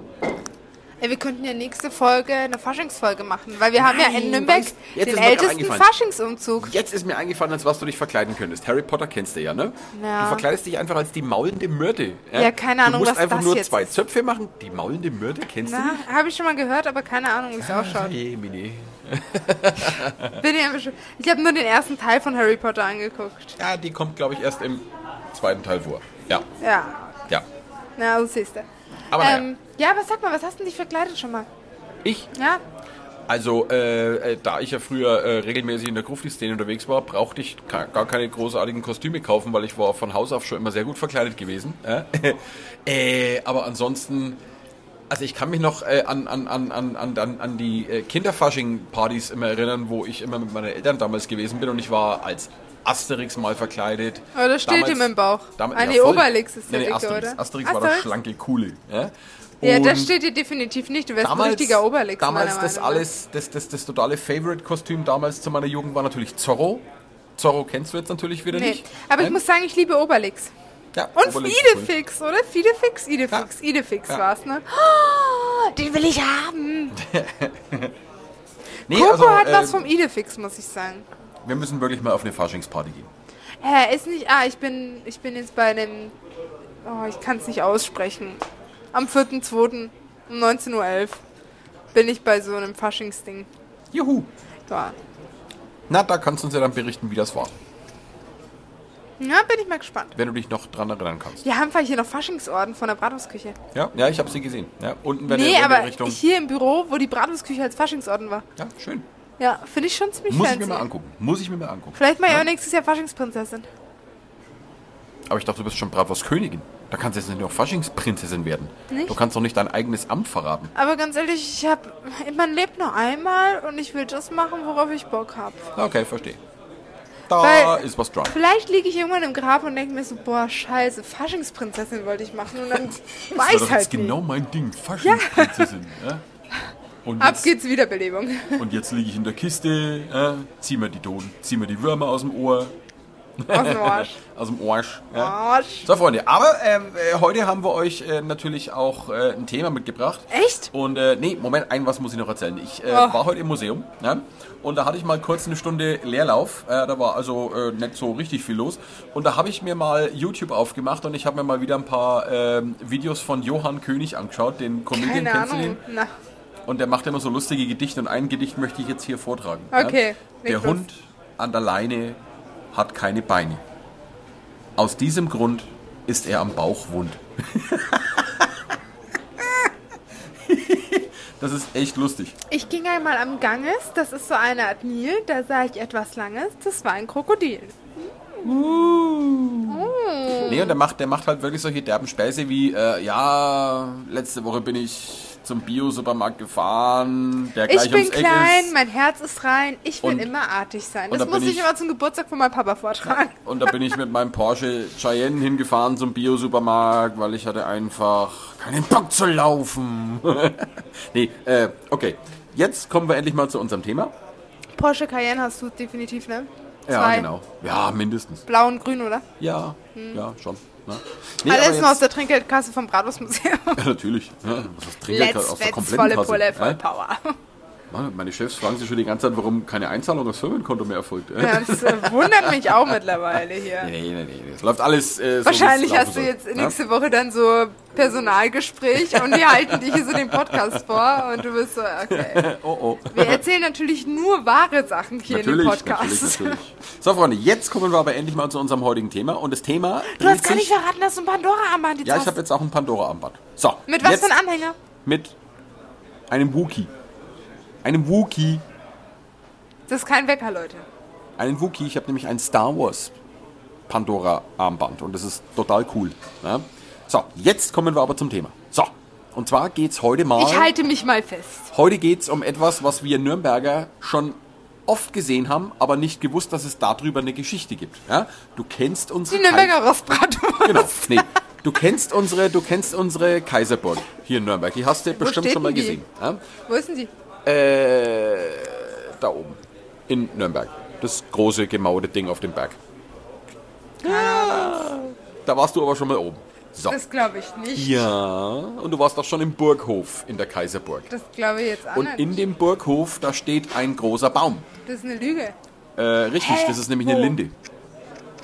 Speaker 2: Ey, wir könnten ja nächste Folge eine Faschingsfolge machen, weil wir haben ja in Nürnberg
Speaker 3: weißt- jetzt
Speaker 2: den
Speaker 3: ist mir grad
Speaker 2: ältesten
Speaker 3: eingefallen.
Speaker 2: Faschingsumzug.
Speaker 3: Jetzt ist mir eingefallen, als was du dich verkleiden könntest. Harry Potter kennst du ja, ne?
Speaker 2: Ja.
Speaker 3: Du verkleidest dich einfach als die maulende Myrte.
Speaker 2: Ja, keine Ahnung,
Speaker 3: Du musst
Speaker 2: was
Speaker 3: einfach
Speaker 2: das
Speaker 3: nur
Speaker 2: jetzt
Speaker 3: zwei
Speaker 2: ist.
Speaker 3: Zöpfe machen. Die maulende Myrte kennst du
Speaker 2: Na, habe ich schon mal gehört, aber keine Ahnung, wie es ausschaut.
Speaker 3: nicht? Je, Mini.
Speaker 2: Bin ich einfach schon- ich habe nur den ersten Teil von Harry Potter angeguckt.
Speaker 3: Ja, die kommt, glaube ich, erst im zweiten Teil vor. Ja,
Speaker 2: Ja,
Speaker 3: ja.
Speaker 2: na, du siehst du.
Speaker 3: Aber naja.
Speaker 2: Ähm, ja, aber sag mal, was hast du dich verkleidet schon mal?
Speaker 3: Ich
Speaker 2: Ja?
Speaker 3: Also, äh, äh, da ich ja früher äh, regelmäßig in der Grufti-Szene unterwegs war, brauchte ich ka- gar keine großartigen Kostüme kaufen, weil ich war von Haus auf schon immer sehr gut verkleidet gewesen. *laughs* Äh? äh, aber ansonsten, also ich kann mich noch äh, an, an, an, an, an, an, an die äh, Kinderfasching-Partys immer erinnern, wo ich immer mit meinen Eltern damals gewesen bin und ich war als Asterix mal verkleidet.
Speaker 2: Aber das steht ihm im Bauch.
Speaker 3: Damals,
Speaker 2: Ah, nee,
Speaker 3: voll.
Speaker 2: Obelix ist der Dicke,
Speaker 3: Asterix.
Speaker 2: oder?
Speaker 3: Asterix, war der
Speaker 2: Asterix?
Speaker 3: schlanke, coole. Ja,
Speaker 2: Ja,
Speaker 3: Und-
Speaker 2: das steht dir definitiv nicht. Du wärst ein richtiger Oberlex.
Speaker 3: damals
Speaker 2: meiner
Speaker 3: das
Speaker 2: Meinung nach.
Speaker 3: alles, das, das, das totale Favorite-Kostüm damals zu meiner Jugend war natürlich Zorro. Zorro kennst du jetzt natürlich wieder
Speaker 2: Nee.
Speaker 3: nicht.
Speaker 2: Aber ich
Speaker 3: Nein?
Speaker 2: muss sagen, ich liebe Obelix.
Speaker 3: ja,
Speaker 2: Und
Speaker 3: Obelix, cool.
Speaker 2: Idefix, oder? Fidefix? Idefix.
Speaker 3: Ja.
Speaker 2: Idefix
Speaker 3: Ja.
Speaker 2: war's, ne? Oh, den will ich haben.
Speaker 3: Nee,
Speaker 2: Coco
Speaker 3: also,
Speaker 2: hat
Speaker 3: äh,
Speaker 2: was vom Idefix, muss ich sagen.
Speaker 3: Wir müssen wirklich mal auf eine Faschingsparty gehen.
Speaker 2: Hä, ist nicht. Ah, ich bin, ich bin jetzt bei einem. Oh, ich kann es nicht aussprechen. Am 4.2. um 19.11 Uhr bin ich bei so einem Faschingsding.
Speaker 3: Juhu.
Speaker 2: Da.
Speaker 3: Na, da kannst du uns ja dann berichten, wie das war.
Speaker 2: Ja, bin ich mal gespannt.
Speaker 3: Wenn du dich noch dran erinnern kannst.
Speaker 2: Wir haben vielleicht hier noch Faschingsorden von der Bratwurstküche.
Speaker 3: Ja, ja ich habe sie gesehen. Ja, unten wenn
Speaker 2: Nee,
Speaker 3: ihr- wenn ihr
Speaker 2: aber
Speaker 3: Richtung.
Speaker 2: hier im Büro, wo die Bratwurstküche als Faschingsorden war.
Speaker 3: ja, schön.
Speaker 2: Ja, finde ich schon ziemlich
Speaker 3: Muss ich
Speaker 2: fancy.
Speaker 3: mir mal angucken. Muss ich mir mal angucken.
Speaker 2: Vielleicht mal ja.
Speaker 3: ja?
Speaker 2: auch nächstes Jahr Faschingsprinzessin.
Speaker 3: Aber ich dachte, du bist schon Bratwurst Königin. Da kannst du jetzt nicht noch Faschingsprinzessin werden.
Speaker 2: Nicht?
Speaker 3: Du kannst doch nicht dein eigenes Amt verraten.
Speaker 2: Aber ganz ehrlich, ich hab, man lebt nur einmal und ich will das machen, worauf ich Bock habe.
Speaker 3: Okay, verstehe. Da
Speaker 2: Weil-
Speaker 3: ist was dran.
Speaker 2: Vielleicht liege ich irgendwann im Grab und denke mir so, boah, scheiße, Faschingsprinzessin wollte ich machen und dann weiß
Speaker 3: *laughs* das
Speaker 2: halt
Speaker 3: ist genau
Speaker 2: nie.
Speaker 3: mein Ding. Faschingsprinzessin. Ja. Und,
Speaker 2: Ab
Speaker 3: jetzt,
Speaker 2: geht's Wiederbelebung.
Speaker 3: *laughs* und jetzt liege ich in der Kiste, äh, zieh mir die Doden, zieh mir die Würmer aus dem Ohr,
Speaker 2: Aus dem Arsch.
Speaker 3: aus dem Arsch. Ja.
Speaker 2: Arsch.
Speaker 3: So, Freunde, aber ähm, äh, heute haben wir euch äh, natürlich auch äh, ein Thema mitgebracht.
Speaker 2: Echt?
Speaker 3: Und, äh, nee, Moment, ein was muss ich noch erzählen. Ich äh,
Speaker 2: Oh.
Speaker 3: war heute im Museum ja, und da hatte ich mal kurz eine Stunde Leerlauf. Äh, da war also äh, nicht so richtig viel los. Und da habe ich mir mal YouTube aufgemacht und ich habe mir mal wieder ein paar ähm, Videos von Johann König angeschaut, den Comedian,
Speaker 2: Keine
Speaker 3: kennst du
Speaker 2: Ahnung.
Speaker 3: den?
Speaker 2: Na,
Speaker 3: Und der macht immer so lustige Gedichte und ein Gedicht möchte ich jetzt hier vortragen.
Speaker 2: Okay,
Speaker 3: Ja? Der
Speaker 2: leg los.
Speaker 3: Hund an der Leine hat keine Beine. Aus diesem Grund ist er am Bauch wund.
Speaker 2: *laughs*
Speaker 3: das ist echt lustig.
Speaker 2: ich ging einmal am Ganges, das ist so eine Art Nil, da sah ich etwas Langes, das war ein Krokodil.
Speaker 3: Nee, und der macht, der macht halt wirklich solche derben Späße wie, äh, ja, letzte Woche bin ich zum Bio-Supermarkt gefahren, der gleich
Speaker 2: Ich bin
Speaker 3: ums Eck
Speaker 2: klein,
Speaker 3: ist.
Speaker 2: mein Herz ist rein, ich will
Speaker 3: Und-
Speaker 2: immer artig sein.
Speaker 3: und
Speaker 2: Das
Speaker 3: da
Speaker 2: muss
Speaker 3: bin
Speaker 2: ich
Speaker 3: ich-
Speaker 2: immer zum Geburtstag von meinem Papa vortragen.
Speaker 3: Und da bin ich mit meinem Porsche Cheyenne hingefahren zum Bio-Supermarkt, weil ich hatte einfach keinen Bock zu laufen. *laughs* nee, äh, okay. Jetzt kommen wir endlich mal zu unserem Thema.
Speaker 2: Porsche Cayenne hast du definitiv, ne?
Speaker 3: Ja,
Speaker 2: Zwei.
Speaker 3: genau. Ja, mindestens.
Speaker 2: Blau und grün, oder?
Speaker 3: Ja, ja, schon. Ne? Nee,
Speaker 2: Alles
Speaker 3: aber
Speaker 2: nur aus der Trinkgeldkasse vom Bratwurstmuseum.
Speaker 3: jetzt- *laughs* Ja, natürlich. Ne? Was ist Trinkgeld
Speaker 2: Let's
Speaker 3: aus der
Speaker 2: Fets,
Speaker 3: kompletten
Speaker 2: volle
Speaker 3: Kasse,
Speaker 2: Pulle, voll
Speaker 3: ne?
Speaker 2: Power.
Speaker 3: Mann, Meine Chefs fragen sich schon die ganze Zeit, warum keine Einzahlung aufs Firmenkonto mehr erfolgt. *laughs*
Speaker 2: Ja, Das äh, wundert mich auch mittlerweile hier.
Speaker 3: Nee, nee, nee, nee. Es läuft alles äh, so,
Speaker 2: Wahrscheinlich
Speaker 3: wie es
Speaker 2: hast
Speaker 3: laufen
Speaker 2: du
Speaker 3: soll,
Speaker 2: jetzt
Speaker 3: ne?
Speaker 2: nächste Woche dann so Personalgespräch und die halten dich hier so den Podcast vor und du bist so, okay.
Speaker 3: *laughs* Oh, oh.
Speaker 2: Wir erzählen natürlich nur wahre Sachen hier in dem Podcast.
Speaker 3: Natürlich, natürlich. So, Freunde, jetzt kommen wir aber endlich mal zu unserem heutigen Thema. Und das Thema.
Speaker 2: Du hast gar nicht verraten, dass du ein Pandora-Armband jetzt
Speaker 3: Ja, ich
Speaker 2: hast.
Speaker 3: habe jetzt auch ein Pandora-Armband. So.
Speaker 2: Mit was
Speaker 3: jetzt
Speaker 2: für einem Anhänger?
Speaker 3: Mit einem Wookie. Einem Wookie.
Speaker 2: Das ist kein Wecker, Leute.
Speaker 3: einen Wookie. Ich habe nämlich ein Star Wars Pandora-Armband und das ist total cool. Ne? So, jetzt kommen wir aber zum Thema. So, und zwar geht's heute mal.
Speaker 2: Ich halt- halte mich mal fest.
Speaker 3: Heute geht's um etwas, was wir Nürnberger schon oft gesehen haben, aber nicht gewusst, dass es darüber eine Geschichte gibt. Ja? Du kennst unsere
Speaker 2: Die Nürnberger
Speaker 3: Kais-
Speaker 2: Rostbratwurst.
Speaker 3: Genau. Nee. Du kennst unsere, du kennst unsere Kaiserburg hier in Nürnberg. Die hast du bestimmt
Speaker 2: steht
Speaker 3: schon mal
Speaker 2: denn die?
Speaker 3: gesehen. Ja?
Speaker 2: Wo ist denn die?
Speaker 3: Äh, da oben. In Nürnberg. Das große gemauerte Ding auf dem Berg. Da warst du aber schon mal oben. So.
Speaker 2: Das glaube ich nicht.
Speaker 3: Ja, und du warst auch schon im Burghof in der Kaiserburg.
Speaker 2: Das glaube ich jetzt auch
Speaker 3: Und
Speaker 2: nicht.
Speaker 3: in dem Burghof, da steht ein großer Baum.
Speaker 2: das ist eine Lüge.
Speaker 3: Äh, richtig,
Speaker 2: Hä?
Speaker 3: das ist nämlich eine
Speaker 2: Wo?
Speaker 3: Linde.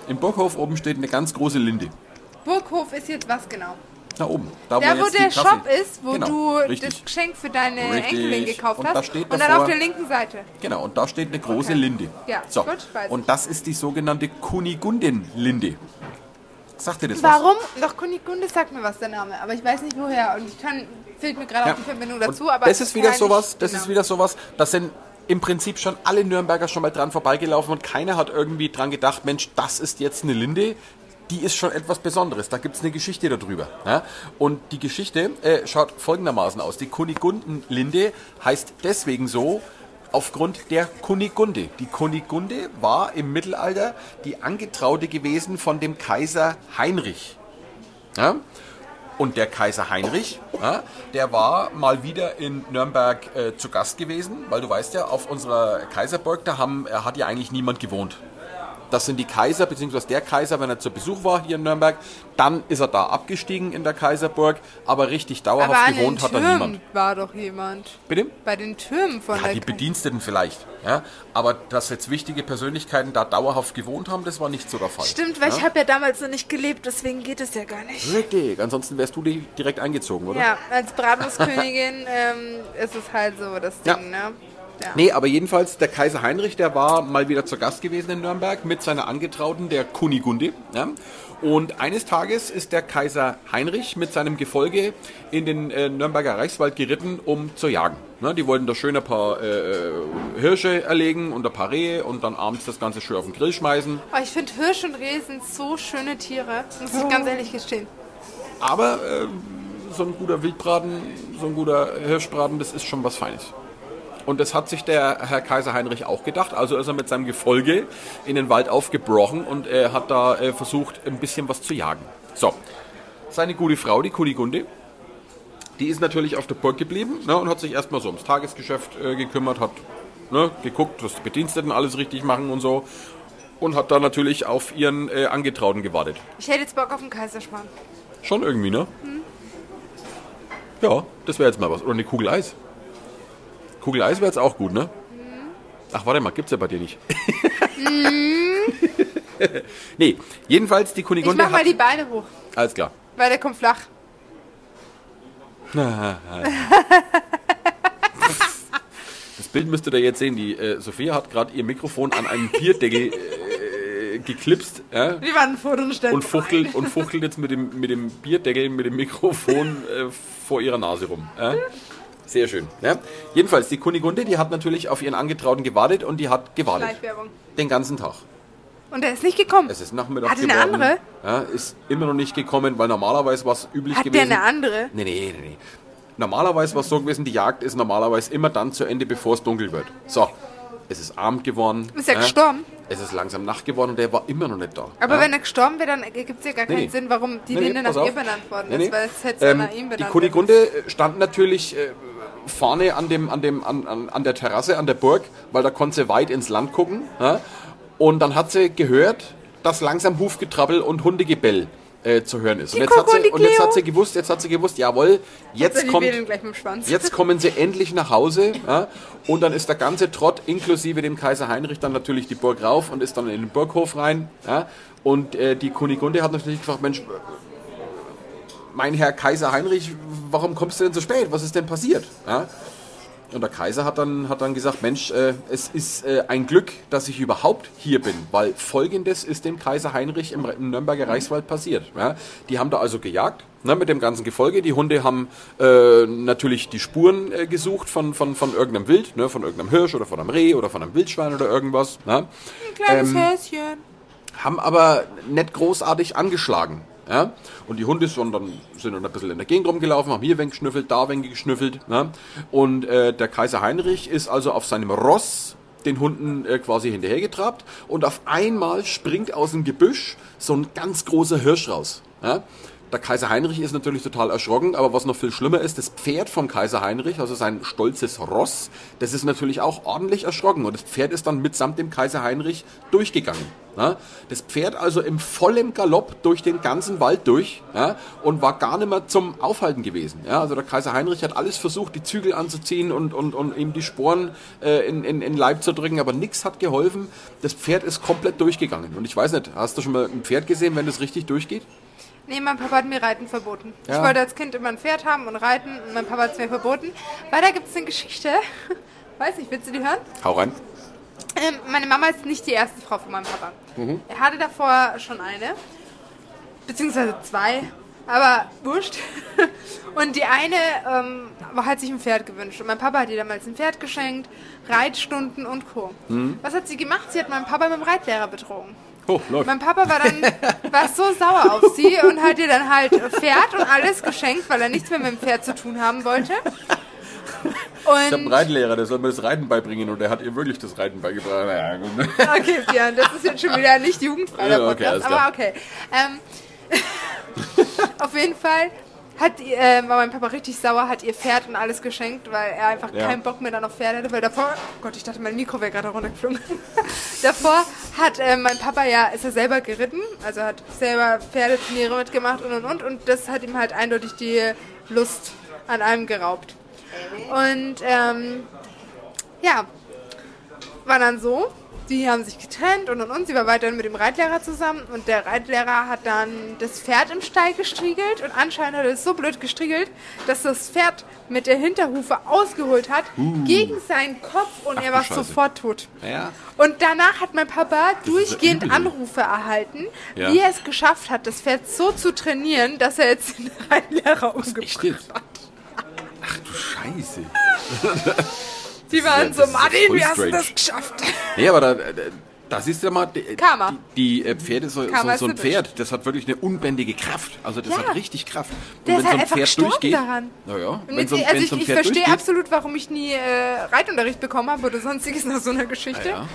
Speaker 3: Im Burghof oben steht eine ganz große Linde.
Speaker 2: Burghof ist jetzt was genau?
Speaker 3: Da oben. Da,
Speaker 2: Da, wo
Speaker 3: jetzt die
Speaker 2: der
Speaker 3: Kasse-
Speaker 2: Shop ist, wo
Speaker 3: genau,
Speaker 2: du das
Speaker 3: richtig.
Speaker 2: Geschenk für deine
Speaker 3: Richtig.
Speaker 2: Enkelin gekauft
Speaker 3: Und
Speaker 2: hast.
Speaker 3: da steht
Speaker 2: und dann
Speaker 3: davor-
Speaker 2: auf der linken Seite.
Speaker 3: Genau, und da steht eine große
Speaker 2: Okay.
Speaker 3: Linde.
Speaker 2: Ja,
Speaker 3: so.
Speaker 2: gut, weiß ich.
Speaker 3: Und das ist die sogenannte Kunigundin-Linde. Sagt dir das was?
Speaker 2: Warum? Doch, Kunigunde sagt mir was, der Name. Aber ich weiß nicht woher. Und ich kann, fehlt mir gerade
Speaker 3: Ja.
Speaker 2: auch die Verbindung
Speaker 3: Und
Speaker 2: dazu. Aber
Speaker 3: das ist wieder
Speaker 2: kann ich-
Speaker 3: sowas, das
Speaker 2: genau.
Speaker 3: ist wieder sowas, das sind im Prinzip schon alle Nürnberger schon mal dran vorbeigelaufen und keiner hat irgendwie dran gedacht, Mensch, das ist jetzt eine Linde, die ist schon etwas Besonderes, da gibt es eine Geschichte darüber. Ja? Und die Geschichte äh, schaut folgendermaßen aus. Die Kunigunden-Linde heißt deswegen so, aufgrund der Kunigunde. Die Kunigunde war im Mittelalter die Angetraute gewesen von dem Kaiser Heinrich. Ja? Und der Kaiser Heinrich, ja, der war mal wieder in Nürnberg äh, zu Gast gewesen, weil du weißt ja, auf unserer Kaiserburg, da haben, äh, hat ja eigentlich niemand gewohnt. Das sind die Kaiser, beziehungsweise der Kaiser, wenn er zu Besuch war hier in Nürnberg, dann ist er da abgestiegen in der Kaiserburg, aber richtig dauerhaft
Speaker 2: aber an den
Speaker 3: gewohnt hat da niemand.
Speaker 2: Türmen war doch jemand.
Speaker 3: Bitte?
Speaker 2: Bei den Türmen von
Speaker 3: Ja,
Speaker 2: der
Speaker 3: die
Speaker 2: Ka-
Speaker 3: Bediensteten vielleicht. Ja? Aber dass jetzt wichtige Persönlichkeiten da dauerhaft gewohnt haben, das war nicht so der Fall.
Speaker 2: Stimmt, weil
Speaker 3: ja?
Speaker 2: ich habe ja damals noch nicht gelebt, deswegen geht es ja gar nicht.
Speaker 3: Richtig, ansonsten wärst du die direkt eingezogen, oder?
Speaker 2: Ja, als Bratwurstkönigin ähm, ist es halt so das
Speaker 3: Ja.
Speaker 2: Ding, ne? Ja.
Speaker 3: Nee, aber jedenfalls, der Kaiser Heinrich, der war mal wieder zu Gast gewesen in Nürnberg mit seiner Angetrauten, der Kunigunde. Ja? Und eines Tages ist der Kaiser Heinrich mit seinem Gefolge in den äh, Nürnberger Reichswald geritten, um zu jagen. Ne? Die wollten da schön ein paar äh, äh, Hirsche erlegen und ein paar Rehe und dann abends das Ganze schön auf den Grill schmeißen.
Speaker 2: Oh, ich finde Hirsch und Reh sind so schöne Tiere, muss ich ganz ehrlich gestehen.
Speaker 3: Aber äh, so ein guter Wildbraten, so ein guter Hirschbraten, das ist schon was Feines. Und das hat sich der Herr Kaiser Heinrich auch gedacht. Also ist er mit seinem Gefolge in den Wald aufgebrochen und äh, hat da äh, versucht, ein bisschen was zu jagen. So, seine gute Frau, die Kunigunde, die ist natürlich auf der Burg geblieben ne, und hat sich erstmal so ums Tagesgeschäft äh, gekümmert, hat ne, geguckt, dass die Bediensteten alles richtig machen und so. Und hat da natürlich auf ihren äh, Angetrauten gewartet.
Speaker 2: Ich hätte jetzt Bock auf einen Kaiserschmarrn.
Speaker 3: Schon irgendwie, ne? Ja, das wäre jetzt mal was. Oder eine Kugel Eis. Kugel Eis wäre jetzt auch gut, ne? Ach, warte mal, gibt's ja bei dir nicht. *laughs* nee, jedenfalls die
Speaker 2: Mhm. Ich
Speaker 3: Kunigunde
Speaker 2: mach mal
Speaker 3: hat...
Speaker 2: die Beine hoch,
Speaker 3: Alles klar.
Speaker 2: weil der kommt flach.
Speaker 3: Das Bild müsstet ihr jetzt sehen. Die äh, Sophia hat gerade ihr Mikrofon an einen Bierdeckel äh, geklipst. Äh?
Speaker 2: Die waren vor und stellen.
Speaker 3: und fuchtelt, und fuchtelt jetzt mit dem, mit dem Bierdeckel, mit dem Mikrofon äh, vor ihrer Nase rum. Ja? Sehr schön. Ja? Jedenfalls, die Kunigunde, die hat natürlich auf ihren Angetrauten gewartet und die hat gewartet.
Speaker 2: Schleichwerbung.
Speaker 3: Den ganzen Tag.
Speaker 2: Und der ist nicht gekommen.
Speaker 3: Es ist Nachmittag
Speaker 2: Hat die eine
Speaker 3: geworden. Ja, ist immer noch nicht gekommen, weil normalerweise war es üblich
Speaker 2: Hat der
Speaker 3: gewesen.
Speaker 2: eine andere?
Speaker 3: Nee, nee, nee, nee. Normalerweise war es so gewesen, die Jagd ist normalerweise immer dann zu Ende, bevor es dunkel wird. So, es ist Abend geworden.
Speaker 2: Ist er gestorben?
Speaker 3: Es ist langsam Nacht geworden und der war immer noch nicht da.
Speaker 2: Aber
Speaker 3: ja?
Speaker 2: wenn er gestorben wäre, dann ergibt es ja gar keinen
Speaker 3: Nee.
Speaker 2: Sinn, warum die
Speaker 3: Nee, nee,
Speaker 2: Linde nach
Speaker 3: pass
Speaker 2: ihr
Speaker 3: auf.
Speaker 2: benannt worden
Speaker 3: Nee,
Speaker 2: ist,
Speaker 3: nee.
Speaker 2: weil es hätte
Speaker 3: Ähm,
Speaker 2: nach ihm
Speaker 3: die
Speaker 2: benannt werden müssen.
Speaker 3: Kunigunde äh, stand natürlich äh, vorne an, dem, an, dem, an, an, an der Terrasse, an der Burg, weil da konnte sie weit ins Land gucken. Ja? Und dann hat sie gehört, dass langsam Hufgetrappel und Hundegebell äh, zu hören ist. Und jetzt, hat
Speaker 2: Coco und
Speaker 3: sie,
Speaker 2: die
Speaker 3: und jetzt
Speaker 2: Cleo.
Speaker 3: hat sie gewusst, jetzt hat sie gewusst, jawohl,
Speaker 2: Also
Speaker 3: jetzt
Speaker 2: die
Speaker 3: kommt,
Speaker 2: wählen gleich mit dem Schwanz.
Speaker 3: Jetzt kommen sie endlich nach Hause ja, und dann ist der ganze Trott inklusive dem Kaiser Heinrich dann natürlich die Burg rauf und ist dann in den Burghof rein. Ja, und äh, die Kunigunde hat natürlich gefragt, Mensch, äh, mein Herr Kaiser Heinrich, warum kommst du denn so spät? Was ist denn passiert? Ja, Und der Kaiser hat dann, hat dann gesagt, Mensch, äh, es ist äh, ein Glück, dass ich überhaupt hier bin, weil Folgendes ist dem Kaiser Heinrich im, Re- im Nürnberger Reichswald passiert. Ja? Die haben da also gejagt ne, mit dem ganzen Gefolge. Die Hunde haben äh, natürlich die Spuren äh, gesucht von, von, von irgendeinem Wild, ne, von irgendeinem Hirsch oder von einem Reh oder von einem Wildschwein oder irgendwas. Ne?
Speaker 2: Ein kleines
Speaker 3: Ähm,
Speaker 2: Häschen.
Speaker 3: haben aber nicht großartig angeschlagen. Ja? Und die Hunde sind dann, sind dann ein bisschen in der Gegend rumgelaufen, haben hier wen geschnüffelt, da wen geschnüffelt. Ne? Und äh, der Kaiser Heinrich ist also auf seinem Ross den Hunden äh, quasi hinterhergetrabt und auf einmal springt aus dem Gebüsch so ein ganz großer Hirsch raus. Ja? Der Kaiser Heinrich ist natürlich total erschrocken, aber was noch viel schlimmer ist, das Pferd vom Kaiser Heinrich, also sein stolzes Ross, das ist natürlich auch ordentlich erschrocken und das Pferd ist dann mitsamt dem Kaiser Heinrich durchgegangen. Ja? Das Pferd also im vollen Galopp durch den ganzen Wald durch ja? und war gar nicht mehr zum Aufhalten gewesen. Ja? Also der Kaiser Heinrich hat alles versucht, die Zügel anzuziehen und, und, und ihm die Sporen äh, in, in, in Leib zu drücken, aber nichts hat geholfen. Das Pferd ist komplett durchgegangen und ich weiß nicht, hast du schon mal ein Pferd gesehen, wenn das richtig durchgeht?
Speaker 2: Nee, mein Papa hat mir Reiten verboten.
Speaker 3: Ja.
Speaker 2: Ich wollte als Kind immer ein Pferd haben und reiten und mein Papa hat es mir verboten. Weiter gibt es eine Geschichte. *laughs* Weiß nicht, willst du die hören?
Speaker 3: Hau rein.
Speaker 2: Ähm, meine Mama ist nicht die erste Frau von meinem Papa. Er hatte davor schon eine, beziehungsweise zwei, aber wurscht. *laughs* Und die eine ähm, hat sich ein Pferd gewünscht. Und mein Papa hat ihr damals ein Pferd geschenkt, Reitstunden und Co. Was hat sie gemacht? Sie hat meinen Papa mit dem Reitlehrer betrogen.
Speaker 3: Oh, läuft.
Speaker 2: Mein Papa war dann war so sauer auf sie und hat ihr dann halt Pferd und alles geschenkt, weil er nichts mehr mit dem Pferd zu tun haben wollte.
Speaker 3: Ich habe einen
Speaker 2: Und
Speaker 3: Reitlehrer, der soll mir das Reiten beibringen und der hat ihr wirklich das Reiten beigebracht. Naja, gut. *laughs*
Speaker 2: *laughs* Okay, Björn, das ist jetzt schon wieder nicht jugendfrei, der
Speaker 3: Ja, okay, alles
Speaker 2: Podcast,
Speaker 3: klar.
Speaker 2: aber okay. Ähm, *laughs* auf jeden Fall hat, die- äh, war mein Papa richtig sauer, hat ihr Pferd und alles geschenkt, weil er einfach
Speaker 3: Ja.
Speaker 2: keinen Bock mehr dann auf Pferde hatte, weil davor, oh Gott, ich dachte, mein Mikro wäre gerade runtergeflogen. *laughs* davor hat äh, mein Papa ja, ist er selber geritten, also hat selber Pferdeturniere mitgemacht und und und und das hat ihm halt eindeutig die Lust an allem geraubt. Und ähm, ja, war dann so, die haben sich getrennt und und und. Sie war weiterhin mit dem Reitlehrer zusammen und der Reitlehrer hat dann das Pferd im Stall gestriegelt und anscheinend hat er es so blöd gestriegelt, dass das Pferd mit der Hinterhufe ausgeholt hat gegen seinen Kopf und
Speaker 3: Uh. Ach
Speaker 2: er
Speaker 3: du
Speaker 2: war
Speaker 3: Scheiße.
Speaker 2: sofort tot.
Speaker 3: Ja.
Speaker 2: Und danach hat mein Papa
Speaker 3: ist ja
Speaker 2: durchgehend
Speaker 3: übel.
Speaker 2: Anrufe erhalten,
Speaker 3: Ja.
Speaker 2: wie er es geschafft hat, das Pferd so zu trainieren, dass er jetzt den *laughs* Reitlehrer umgebracht hat.
Speaker 3: Ach du Scheiße.
Speaker 2: Die waren
Speaker 3: das
Speaker 2: so,
Speaker 3: ist ja
Speaker 2: Martin,
Speaker 3: voll
Speaker 2: wie hast du
Speaker 3: strange.
Speaker 2: das geschafft?
Speaker 3: Nee, aber da, äh, das ist ja mal. die-
Speaker 2: Karma.
Speaker 3: Die, die äh, Pferde, so,
Speaker 2: Karma
Speaker 3: so, so
Speaker 2: ist
Speaker 3: ein
Speaker 2: eine Bitch.
Speaker 3: Pferd, das hat wirklich eine unbändige Kraft. Also das
Speaker 2: Ja.
Speaker 3: hat richtig Kraft. Und
Speaker 2: Der ist halt einfach gestorben daran.
Speaker 3: Naja,
Speaker 2: Und
Speaker 3: wenn so ein,
Speaker 2: jetzt- also
Speaker 3: wenn
Speaker 2: ich,
Speaker 3: so ein
Speaker 2: ich
Speaker 3: Pferd
Speaker 2: verstehe
Speaker 3: durchgeht.
Speaker 2: absolut, warum ich nie äh, Reitunterricht bekommen habe oder sonstiges nach so einer Geschichte.
Speaker 3: Ah, Ja.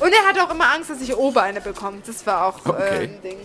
Speaker 2: Und er hatte auch immer Angst, dass ich oben eine bekomme. Das war auch äh,
Speaker 3: Okay.
Speaker 2: ein Ding.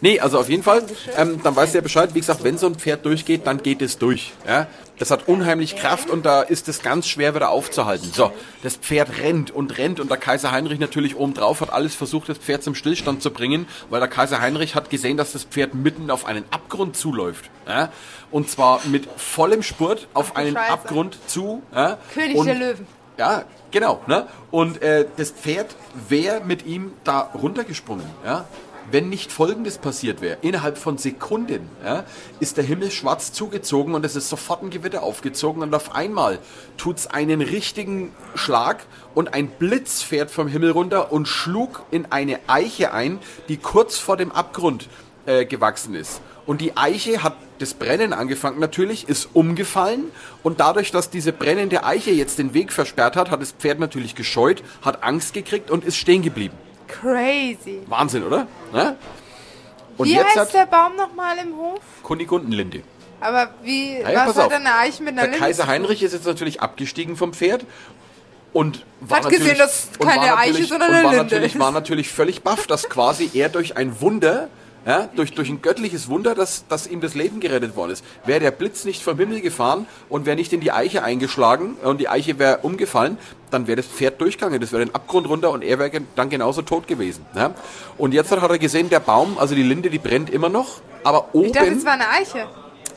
Speaker 3: Nee, also auf jeden Fall, ähm, dann weißt du ja Bescheid. Wie gesagt, wenn so ein Pferd durchgeht, dann geht es durch. Ja? Das hat unheimlich Kraft und da ist es ganz schwer wieder aufzuhalten. So, das Pferd rennt und rennt und der Kaiser Heinrich natürlich obendrauf hat alles versucht, das Pferd zum Stillstand zu bringen, weil der Kaiser Heinrich hat gesehen, dass das Pferd mitten auf einen Abgrund zuläuft. Ja? Und zwar mit vollem Spurt auf einen
Speaker 2: Scheiße.
Speaker 3: Abgrund zu. Ja?
Speaker 2: König
Speaker 3: und
Speaker 2: der Löwen.
Speaker 3: ja, genau. Ne? Und äh, das Pferd wäre mit ihm da runtergesprungen. Ja? Wenn nicht Folgendes passiert wäre, innerhalb von Sekunden ja, ist der Himmel schwarz zugezogen und es ist sofort ein Gewitter aufgezogen und auf einmal tut's einen richtigen Schlag und ein Blitz fährt vom Himmel runter und schlug in eine Eiche ein, die kurz vor dem Abgrund äh, gewachsen ist. Und die Eiche hat das Brennen angefangen natürlich, ist umgefallen und dadurch, dass diese brennende Eiche jetzt den Weg versperrt hat, hat das Pferd natürlich gescheut, hat Angst gekriegt und ist stehen geblieben.
Speaker 2: Crazy.
Speaker 3: Wahnsinn, oder? Ne? Und
Speaker 2: Wie
Speaker 3: jetzt
Speaker 2: heißt
Speaker 3: hat
Speaker 2: der Baum nochmal im Hof?
Speaker 3: Kunigundenlinde.
Speaker 2: Aber wie,
Speaker 3: Ja, ja,
Speaker 2: was
Speaker 3: pass
Speaker 2: hat
Speaker 3: auf.
Speaker 2: denn eine Eiche mit einer
Speaker 3: Der
Speaker 2: Linde zu
Speaker 3: Kaiser
Speaker 2: tun?
Speaker 3: Heinrich ist jetzt natürlich abgestiegen vom Pferd und war
Speaker 2: Hat gesehen,
Speaker 3: natürlich-
Speaker 2: dass es
Speaker 3: und
Speaker 2: keine
Speaker 3: war
Speaker 2: Eiche,
Speaker 3: natürlich-
Speaker 2: sondern
Speaker 3: und
Speaker 2: eine
Speaker 3: war
Speaker 2: Linde
Speaker 3: natürlich,
Speaker 2: ist.
Speaker 3: war natürlich völlig baff, dass quasi er durch ein Wunder, ja, durch, durch ein göttliches Wunder, dass, dass ihm das Leben gerettet worden ist. Wäre der Blitz nicht vom Himmel gefahren und wäre nicht in die Eiche eingeschlagen und die Eiche wäre umgefallen, dann wäre das Pferd durchgegangen, das wäre den Abgrund runter und er wäre gen- dann genauso tot gewesen. Ja. Und jetzt hat er gesehen, der Baum, also die Linde, die brennt immer noch, aber oben...
Speaker 2: Ich dachte, es war eine Eiche.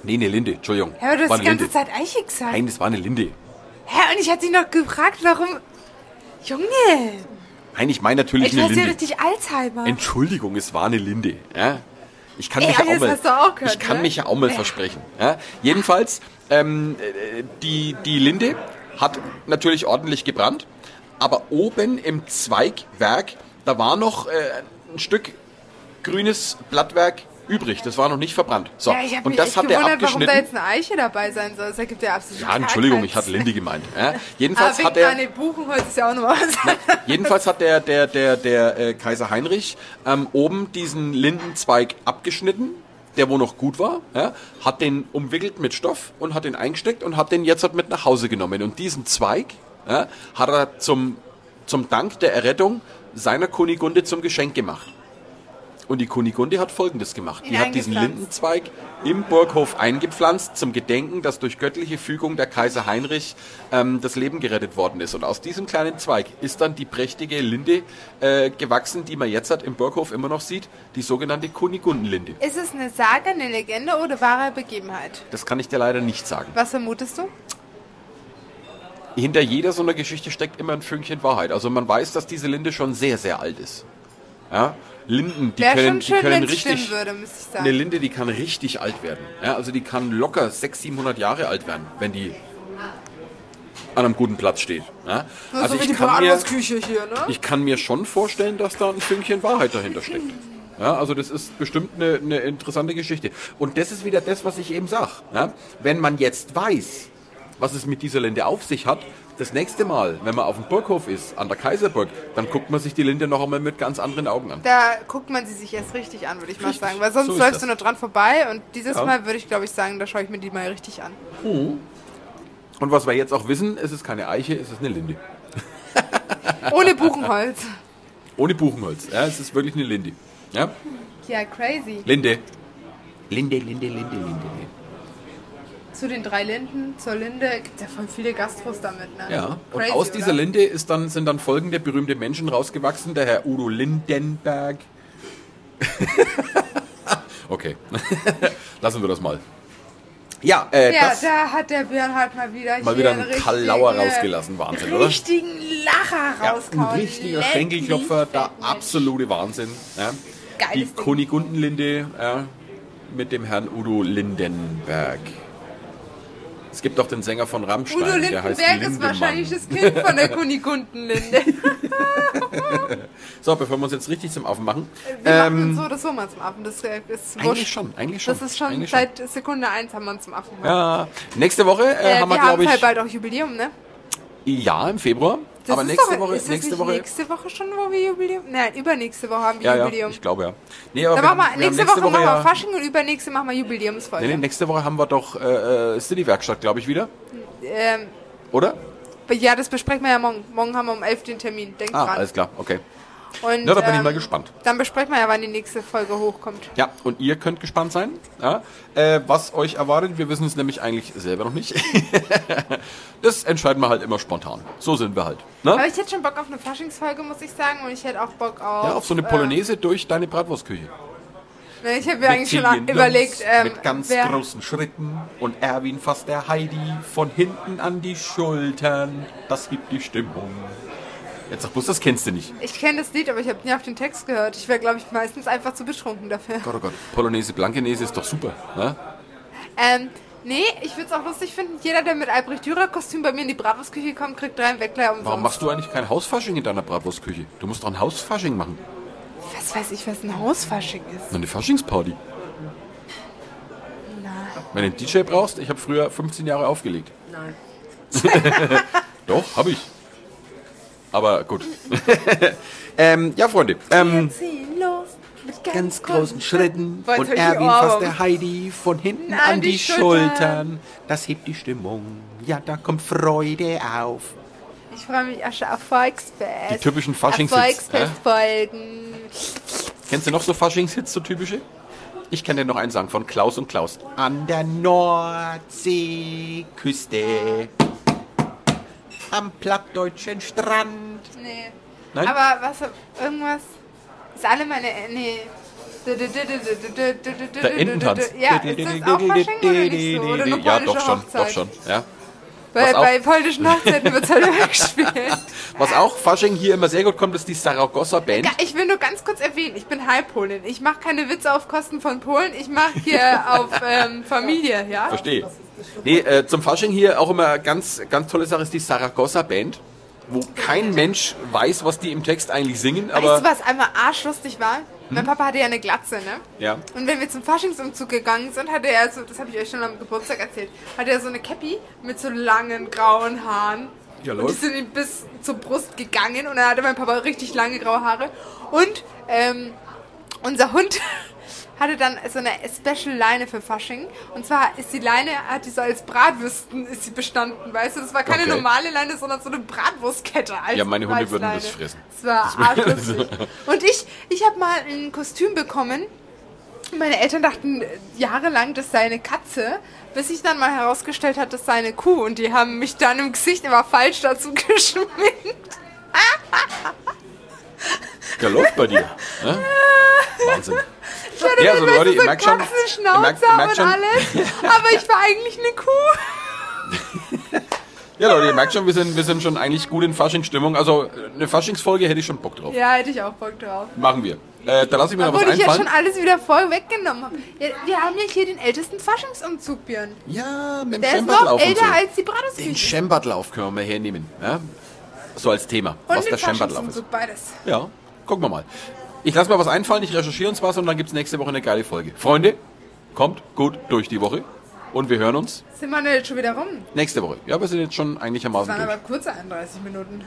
Speaker 3: nee, eine Linde, Entschuldigung.
Speaker 2: Ja, aber du
Speaker 3: War
Speaker 2: hast die
Speaker 3: eine
Speaker 2: ganze
Speaker 3: Linde.
Speaker 2: Zeit Eiche gesagt.
Speaker 3: Nein, das war eine Linde.
Speaker 2: Hä, und ich hatte dich noch gefragt, warum... Junge,
Speaker 3: Nein, ich meine
Speaker 2: ey,
Speaker 3: natürlich
Speaker 2: du
Speaker 3: eine
Speaker 2: hast ja
Speaker 3: Linde.
Speaker 2: richtig Alzheimer.
Speaker 3: Entschuldigung, es war eine Linde. Ja? Ich kann,
Speaker 2: Ey,
Speaker 3: mich, ja
Speaker 2: aber
Speaker 3: auch
Speaker 2: das
Speaker 3: mal,
Speaker 2: hast du auch gehört,
Speaker 3: ich kann
Speaker 2: ne?
Speaker 3: mich ja auch mal versprechen. Ja? Jedenfalls, ähm, äh, die, die Linde hat natürlich ordentlich gebrannt, aber oben im Zweigwerk, da war noch äh, ein Stück grünes Blattwerk übrig. Das war noch nicht verbrannt. So,
Speaker 2: Ja, ich hab
Speaker 3: und
Speaker 2: mich
Speaker 3: das
Speaker 2: echt
Speaker 3: hat er
Speaker 2: gewundert, warum da
Speaker 3: abgeschnitten.
Speaker 2: jetzt eine Eiche dabei sein soll. Das ergibt ja absolut
Speaker 3: Ja, Entschuldigung,
Speaker 2: keinen
Speaker 3: ich hatte
Speaker 2: Sinn.
Speaker 3: Linde gemeint.
Speaker 2: *laughs*
Speaker 3: Ja?
Speaker 2: Aber
Speaker 3: Jedenfalls
Speaker 2: Ah, wegen
Speaker 3: hat er...
Speaker 2: deiner Buchenholz ist ja auch nochmal was.
Speaker 3: Jedenfalls hat der, der, der, der äh, Kaiser Heinrich ähm, oben diesen Lindenzweig abgeschnitten, der wo noch gut war, ja, hat den umwickelt mit Stoff und hat den eingesteckt und hat den jetzt halt mit nach Hause genommen. Und diesen Zweig ja, hat er zum, zum Dank der Errettung seiner Kunigunde zum Geschenk gemacht. Und die Kunigunde hat Folgendes gemacht.
Speaker 2: Ihn
Speaker 3: Die hat diesen
Speaker 2: eingepflanzt.
Speaker 3: Lindenzweig im Burghof eingepflanzt, zum Gedenken, dass durch göttliche Fügung der Kaiser Heinrich ähm, das Leben gerettet worden ist. Und aus diesem kleinen Zweig ist dann die prächtige Linde äh, gewachsen, die man jetzt hat im Burghof immer noch sieht, die sogenannte Kunigundenlinde.
Speaker 2: Ist es eine Sage, eine Legende oder wahre Begebenheit?
Speaker 3: Das kann ich dir leider nicht sagen.
Speaker 2: Was vermutest du?
Speaker 3: Hinter jeder so einer Geschichte steckt immer ein Fünkchen Wahrheit. Also man weiß, dass diese Linde schon sehr, sehr alt ist. Ja? Linden, die
Speaker 2: Wäre
Speaker 3: können,
Speaker 2: schon
Speaker 3: die
Speaker 2: schön,
Speaker 3: können
Speaker 2: wenn es
Speaker 3: richtig...
Speaker 2: stimmen würde, müsste ich
Speaker 3: Eine
Speaker 2: sagen.
Speaker 3: Linde, die kann richtig alt werden. Ja, also die kann locker 600, 700 Jahre alt werden, wenn die an einem guten Platz steht. Ja?
Speaker 2: Nur
Speaker 3: Also
Speaker 2: so wie
Speaker 3: ich
Speaker 2: die
Speaker 3: kann, mir,
Speaker 2: Bratwurstküche hier, ne?
Speaker 3: ich kann mir schon vorstellen, dass da ein Fünkchen Wahrheit dahinter steckt. Ja, also das ist bestimmt eine, eine interessante Geschichte. Und das ist wieder das, was ich eben sage. Ja? Wenn man jetzt weiß, was es mit dieser Linde auf sich hat, das nächste Mal, wenn man auf dem Burghof ist, an der Kaiserburg, dann guckt man sich die Linde noch einmal mit ganz anderen Augen an.
Speaker 2: Da guckt man sie sich erst richtig an, würde ich mal
Speaker 3: Richtig,
Speaker 2: sagen. Weil sonst
Speaker 3: so ist
Speaker 2: läufst
Speaker 3: das.
Speaker 2: du nur dran vorbei und dieses
Speaker 3: Ja.
Speaker 2: Mal würde ich, glaube ich, sagen, da schaue ich mir die mal richtig an.
Speaker 3: Und was wir jetzt auch wissen, es ist keine Eiche, es ist eine Linde.
Speaker 2: Ohne
Speaker 3: *laughs*
Speaker 2: Buchenholz.
Speaker 3: Ohne Buchenholz. Ja, es ist wirklich eine Linde. Ja?
Speaker 2: Ja, crazy.
Speaker 3: Linde. Linde, Linde, Linde, Linde.
Speaker 2: Zu den drei Linden, zur Linde, gibt ja voll viele Gastros damit, ne?
Speaker 3: Ja. Und
Speaker 2: Crazy,
Speaker 3: aus dieser
Speaker 2: oder?
Speaker 3: Linde ist dann, sind dann folgende berühmte Menschen rausgewachsen. Der Herr Udo Lindenberg. *laughs* okay. *laughs* Lassen wir das mal. Ja, äh,
Speaker 2: Ja,
Speaker 3: das
Speaker 2: da hat der Björn halt mal wieder
Speaker 3: mal
Speaker 2: hier
Speaker 3: wieder einen
Speaker 2: richtigen- äh,
Speaker 3: Kalauer rausgelassen. Wahnsinn, oder?
Speaker 2: richtigen Lacher
Speaker 3: Ja, ein
Speaker 2: rausgehauen.
Speaker 3: richtiger
Speaker 2: Leck
Speaker 3: Schenkelklopfer,
Speaker 2: mich
Speaker 3: der
Speaker 2: fett, Mensch.
Speaker 3: absolute Wahnsinn. Ja. Die
Speaker 2: Geiles Ding.
Speaker 3: Kunigundenlinde ja, mit dem Herrn Udo Lindenberg. Es gibt auch den Sänger von Rammstein,
Speaker 2: Udo
Speaker 3: der heißt
Speaker 2: Lindenberg ist
Speaker 3: Lindemann.
Speaker 2: wahrscheinlich das Kind von
Speaker 3: *laughs*
Speaker 2: der Kunigundenlinde.
Speaker 3: So, bevor wir uns jetzt richtig zum Affen machen.
Speaker 2: Wir machen
Speaker 3: Ähm,
Speaker 2: uns so oder so mal zum Affen. Das äh, ist
Speaker 3: eigentlich
Speaker 2: wurscht.
Speaker 3: schon, eigentlich schon.
Speaker 2: Das ist schon
Speaker 3: eigentlich
Speaker 2: seit Sekunde eins haben wir uns zum Affen gemacht.
Speaker 3: Ja, nächste Woche äh,
Speaker 2: äh,
Speaker 3: haben wir,
Speaker 2: wir haben
Speaker 3: glaube ich,
Speaker 2: halt bald auch Jubiläum, ne?
Speaker 3: ja, im Februar.
Speaker 2: Das
Speaker 3: aber
Speaker 2: ist
Speaker 3: nächste
Speaker 2: doch,
Speaker 3: Woche,
Speaker 2: ist das
Speaker 3: nächste
Speaker 2: nicht
Speaker 3: Woche,
Speaker 2: nächste Woche schon, wo wir Jubiläum. Nein, übernächste Woche haben wir
Speaker 3: ja, ja,
Speaker 2: Jubiläum.
Speaker 3: ich glaube ja. Nee, aber
Speaker 2: Dann
Speaker 3: wir
Speaker 2: machen wir,
Speaker 3: haben- wir haben
Speaker 2: nächste, Woche, machen wir
Speaker 3: ja-
Speaker 2: Fasching und übernächste machen wir Jubiläumsfolge.
Speaker 3: Nee, nee, nächste Woche haben wir doch äh, äh, City-Werkstatt, glaube ich, wieder.
Speaker 2: Ähm,
Speaker 3: Oder?
Speaker 2: ja, das besprechen wir ja morgen. Morgen haben wir um 11 den Termin. Denkt
Speaker 3: Ah,
Speaker 2: dran.
Speaker 3: alles klar, okay.
Speaker 2: Und, ähm,
Speaker 3: Na, da bin ich mal gespannt.
Speaker 2: Dann besprechen wir ja, wann die nächste Folge hochkommt.
Speaker 3: Ja, und ihr könnt gespannt sein, ja, äh, was euch erwartet. Wir wissen es nämlich eigentlich selber noch nicht. *laughs* das entscheiden wir halt immer spontan. So sind wir halt.
Speaker 2: Aber
Speaker 3: Ne?
Speaker 2: ich hätte schon Bock auf eine Faschingsfolge, muss ich sagen. Und ich hätte auch Bock auf.
Speaker 3: Ja, auf so eine Polonaise durch deine Bratwurstküche.
Speaker 2: Äh, ich habe mir eigentlich
Speaker 3: Mit
Speaker 2: schon
Speaker 3: Tilly
Speaker 2: überlegt,
Speaker 3: Nuss,
Speaker 2: ähm,
Speaker 3: ne? mit ganz
Speaker 2: wer,
Speaker 3: großen Schritten und Erwin fasst der Heidi von hinten an die Schultern. Das gibt die Stimmung. Jetzt sag bloß, das kennst du nicht.
Speaker 2: Ich kenne das Lied, aber ich habe nie auf den Text gehört. Ich wäre, glaube ich, meistens einfach zu betrunken dafür.
Speaker 3: Gott, oh Gott. Polonaise, Blankenese ist doch super. Ne?
Speaker 2: Ähm, nee, ich würde es auch lustig finden, jeder, der mit Albrecht Dürer-Kostüm bei mir in die Bratwurstküche kommt, kriegt drei Weckler umsonst.
Speaker 3: Warum machst du eigentlich kein Hausfasching in deiner Bratwurstküche? Du musst doch ein Hausfasching machen.
Speaker 2: Was weiß ich, was ein Hausfasching ist.
Speaker 3: Eine Faschingsparty. Wenn du einen DJ brauchst, ich habe früher 15 Jahre aufgelegt.
Speaker 4: Nein.
Speaker 3: *laughs* Doch, habe ich. Aber gut.
Speaker 2: *laughs*
Speaker 3: ähm, ja, Freunde. Ähm,
Speaker 4: Zieh los mit
Speaker 3: ganz großen Schritten
Speaker 2: Wollt
Speaker 3: und
Speaker 2: euch die
Speaker 3: Erwin
Speaker 2: Ohren.
Speaker 3: fasst der Heidi von hinten
Speaker 2: An
Speaker 3: an
Speaker 2: die
Speaker 3: die
Speaker 2: Schultern.
Speaker 3: Schultern. Das hebt die Stimmung. Ja, da kommt Freude auf.
Speaker 2: Ich freue mich auch schon auf Volksfest.
Speaker 3: Die typischen Faschingshits,
Speaker 2: Volksfestfolgen.
Speaker 3: Kennst du noch so Faschingshits, so typische? Ich kann dir noch einen sagen von Klaus und Klaus. An der Nordseeküste, am plattdeutschen Strand.
Speaker 2: Nee.
Speaker 3: Nein?
Speaker 2: Aber was, irgendwas. Ist alle meine. Nee. Der
Speaker 3: Der Ententanz.
Speaker 2: Äh, Ja, ist das auch Fasching oder nicht so? Oder eine
Speaker 3: ja, doch
Speaker 2: polnische
Speaker 3: schon,
Speaker 2: Hochzeit?
Speaker 3: doch schon. Ja.
Speaker 2: Weil
Speaker 3: auch-
Speaker 2: bei polnischen Hochzeiten wird es
Speaker 3: *laughs*
Speaker 2: halt weggespielt.
Speaker 3: Was auch Fasching hier immer sehr gut kommt, ist die Saragossa Band.
Speaker 2: Ich will nur ganz kurz erwähnen, ich bin Halbpolin. Ich mache keine Witze auf Kosten von Polen, ich mache
Speaker 3: *laughs*
Speaker 2: hier auf ähm, Familie, ja?
Speaker 3: Verstehe. Nee, äh, zum Fasching hier auch immer ganz, ganz tolle Sache ist die Saragossa Band, wo kein Mensch weiß, was die im Text eigentlich singen, aber Hm?
Speaker 2: weißt du, was einmal arschlustig war? Mein Papa hatte ja eine Glatze, ne?
Speaker 3: Ja.
Speaker 2: Und wenn wir zum Faschingsumzug gegangen sind, hatte er so, das habe ich euch schon am Geburtstag erzählt, hatte er so eine Cappy mit so langen grauen Haaren.
Speaker 3: Ja,
Speaker 2: und die
Speaker 3: läuft.
Speaker 2: sind ihm bis zur Brust gegangen und dann hatte mein Papa richtig lange graue Haare. Und ähm, unser Hund *laughs* hatte dann so eine Special Leine für Fasching. Und zwar ist die Leine, hat die so als Bratwürsten ist sie bestanden, weißt du? Das war keine
Speaker 3: Okay.
Speaker 2: normale Leine, sondern so eine Bratwurstkette. Als,
Speaker 3: Ja, meine Hunde
Speaker 2: als
Speaker 3: würden
Speaker 2: Leine.
Speaker 3: das fressen.
Speaker 2: Das war arschlustig.
Speaker 3: *laughs*
Speaker 2: Und ich, ich habe mal ein Kostüm bekommen. Meine Eltern dachten äh, jahrelang, das sei eine Katze, bis ich dann mal herausgestellt hat, das sei eine Kuh. Und die haben mich dann im Gesicht immer falsch dazu *laughs* geschminkt.
Speaker 3: der läuft bei dir. Ne? Wahnsinn.
Speaker 2: Ich hatte
Speaker 3: Ja,
Speaker 2: dann
Speaker 3: so
Speaker 2: immer
Speaker 3: Leute, ihr merkt schon- ihr
Speaker 2: Katzenschnauze
Speaker 3: merkt- ihr merkt
Speaker 2: und
Speaker 3: schon- *laughs*
Speaker 2: alles. Aber ich war eigentlich eine Kuh.
Speaker 3: Ja, Leute, ihr merkt schon, wir sind, wir sind schon eigentlich gut in Faschingsstimmung. Also eine Faschingsfolge hätte ich schon Bock drauf.
Speaker 2: Ja, hätte ich auch Bock drauf.
Speaker 3: Machen wir. Äh, da lasse ich mir noch was
Speaker 2: Obwohl ich ja
Speaker 3: einfallen.
Speaker 2: schon alles wieder voll weggenommen habe. Ja, wir haben ja hier den ältesten Faschingsumzug, Björn.
Speaker 3: Ja, mit dem
Speaker 2: Der ist noch
Speaker 3: Schembertlauf und
Speaker 2: älter
Speaker 3: so.
Speaker 2: als die
Speaker 3: Den
Speaker 2: Bratwurstküche.
Speaker 3: Schembertlauf können wir mal hernehmen. Ja? So als Thema,
Speaker 2: Und
Speaker 3: was
Speaker 2: den
Speaker 3: der Schembertlauf ist.
Speaker 2: Faschingsumzug, beides.
Speaker 3: Ja, gucken wir mal. Ich lasse mir was einfallen, ich recherchiere uns was und dann gibt's nächste Woche eine geile Folge. Freunde, kommt gut durch die Woche und wir hören uns
Speaker 2: Sind wir denn jetzt schon wieder rum?
Speaker 3: nächste Woche. Ja, wir sind jetzt schon
Speaker 2: Das
Speaker 3: einigermaßen
Speaker 2: waren aber
Speaker 3: durch.
Speaker 2: kurze 31 Minuten.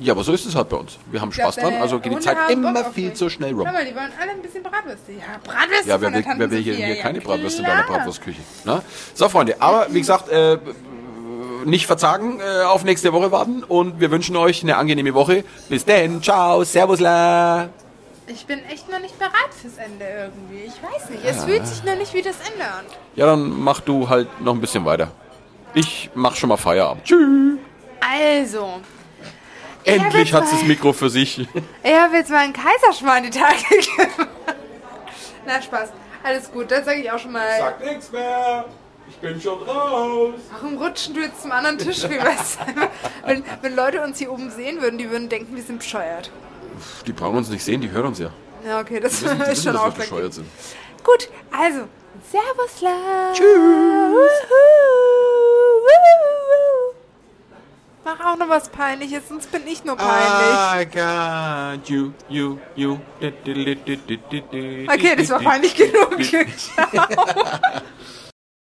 Speaker 3: Ja, aber so ist es halt bei uns. Wir haben
Speaker 2: Ich glaub,
Speaker 3: Spaß dran,
Speaker 2: deine
Speaker 3: also geht die
Speaker 2: Hunde
Speaker 3: Zeit
Speaker 2: haben
Speaker 3: immer
Speaker 2: Bock auf
Speaker 3: viel
Speaker 2: mich.
Speaker 3: zu schnell rum.
Speaker 2: Schau mal, die wollen alle ein bisschen Bratwürste. Ja, Bratwürste
Speaker 3: Ja, wer
Speaker 2: von der
Speaker 3: will,
Speaker 2: Tante
Speaker 3: wer will hier,
Speaker 2: Sophia,
Speaker 3: hier
Speaker 2: ja,
Speaker 3: keine
Speaker 2: klar.
Speaker 3: Bratwürste in deiner Bratwurstküche? Na? So, Freunde, aber wie gesagt, äh, nicht verzagen, äh, auf nächste Woche warten und wir wünschen euch eine angenehme Woche. Bis denn, ciao, servusla.
Speaker 2: Ich bin echt noch nicht bereit fürs Ende irgendwie. Ich weiß nicht.
Speaker 3: Ah.
Speaker 2: Es fühlt sich noch nicht wie das Ende an.
Speaker 3: Ja, dann mach du halt noch ein bisschen weiter. Ich mach schon mal Feierabend. Tschüss.
Speaker 2: Also,
Speaker 3: Endlich
Speaker 2: Ja, das
Speaker 3: hat's das
Speaker 2: war-
Speaker 3: Mikro für sich.
Speaker 2: ich habe jetzt mal einen Kaiserschmarrn die Tage *laughs* gemacht. Na, Spaß. Alles gut, dann sage ich auch schon mal.
Speaker 3: nichts mehr. Ich bin schon raus.
Speaker 2: Warum rutschen du jetzt zum anderen Tisch rüber?
Speaker 3: *laughs*
Speaker 2: wenn, wenn Leute uns hier oben sehen würden, die würden denken, wir sind bescheuert.
Speaker 3: Die brauchen uns nicht sehen, die hören
Speaker 2: *laughs*
Speaker 3: uns ja.
Speaker 2: Ja, okay, das
Speaker 3: Die
Speaker 2: *laughs*
Speaker 3: wissen,
Speaker 2: ist schon
Speaker 3: dass wir
Speaker 2: auch
Speaker 3: bescheuert sind.
Speaker 2: Gut, also, Servus, Tschüss. Mach auch noch was Peinliches, sonst bin ich nur peinlich.
Speaker 3: I got you, you, you. Okay, *laughs*
Speaker 2: Okay, das war peinlich genug. Ciao.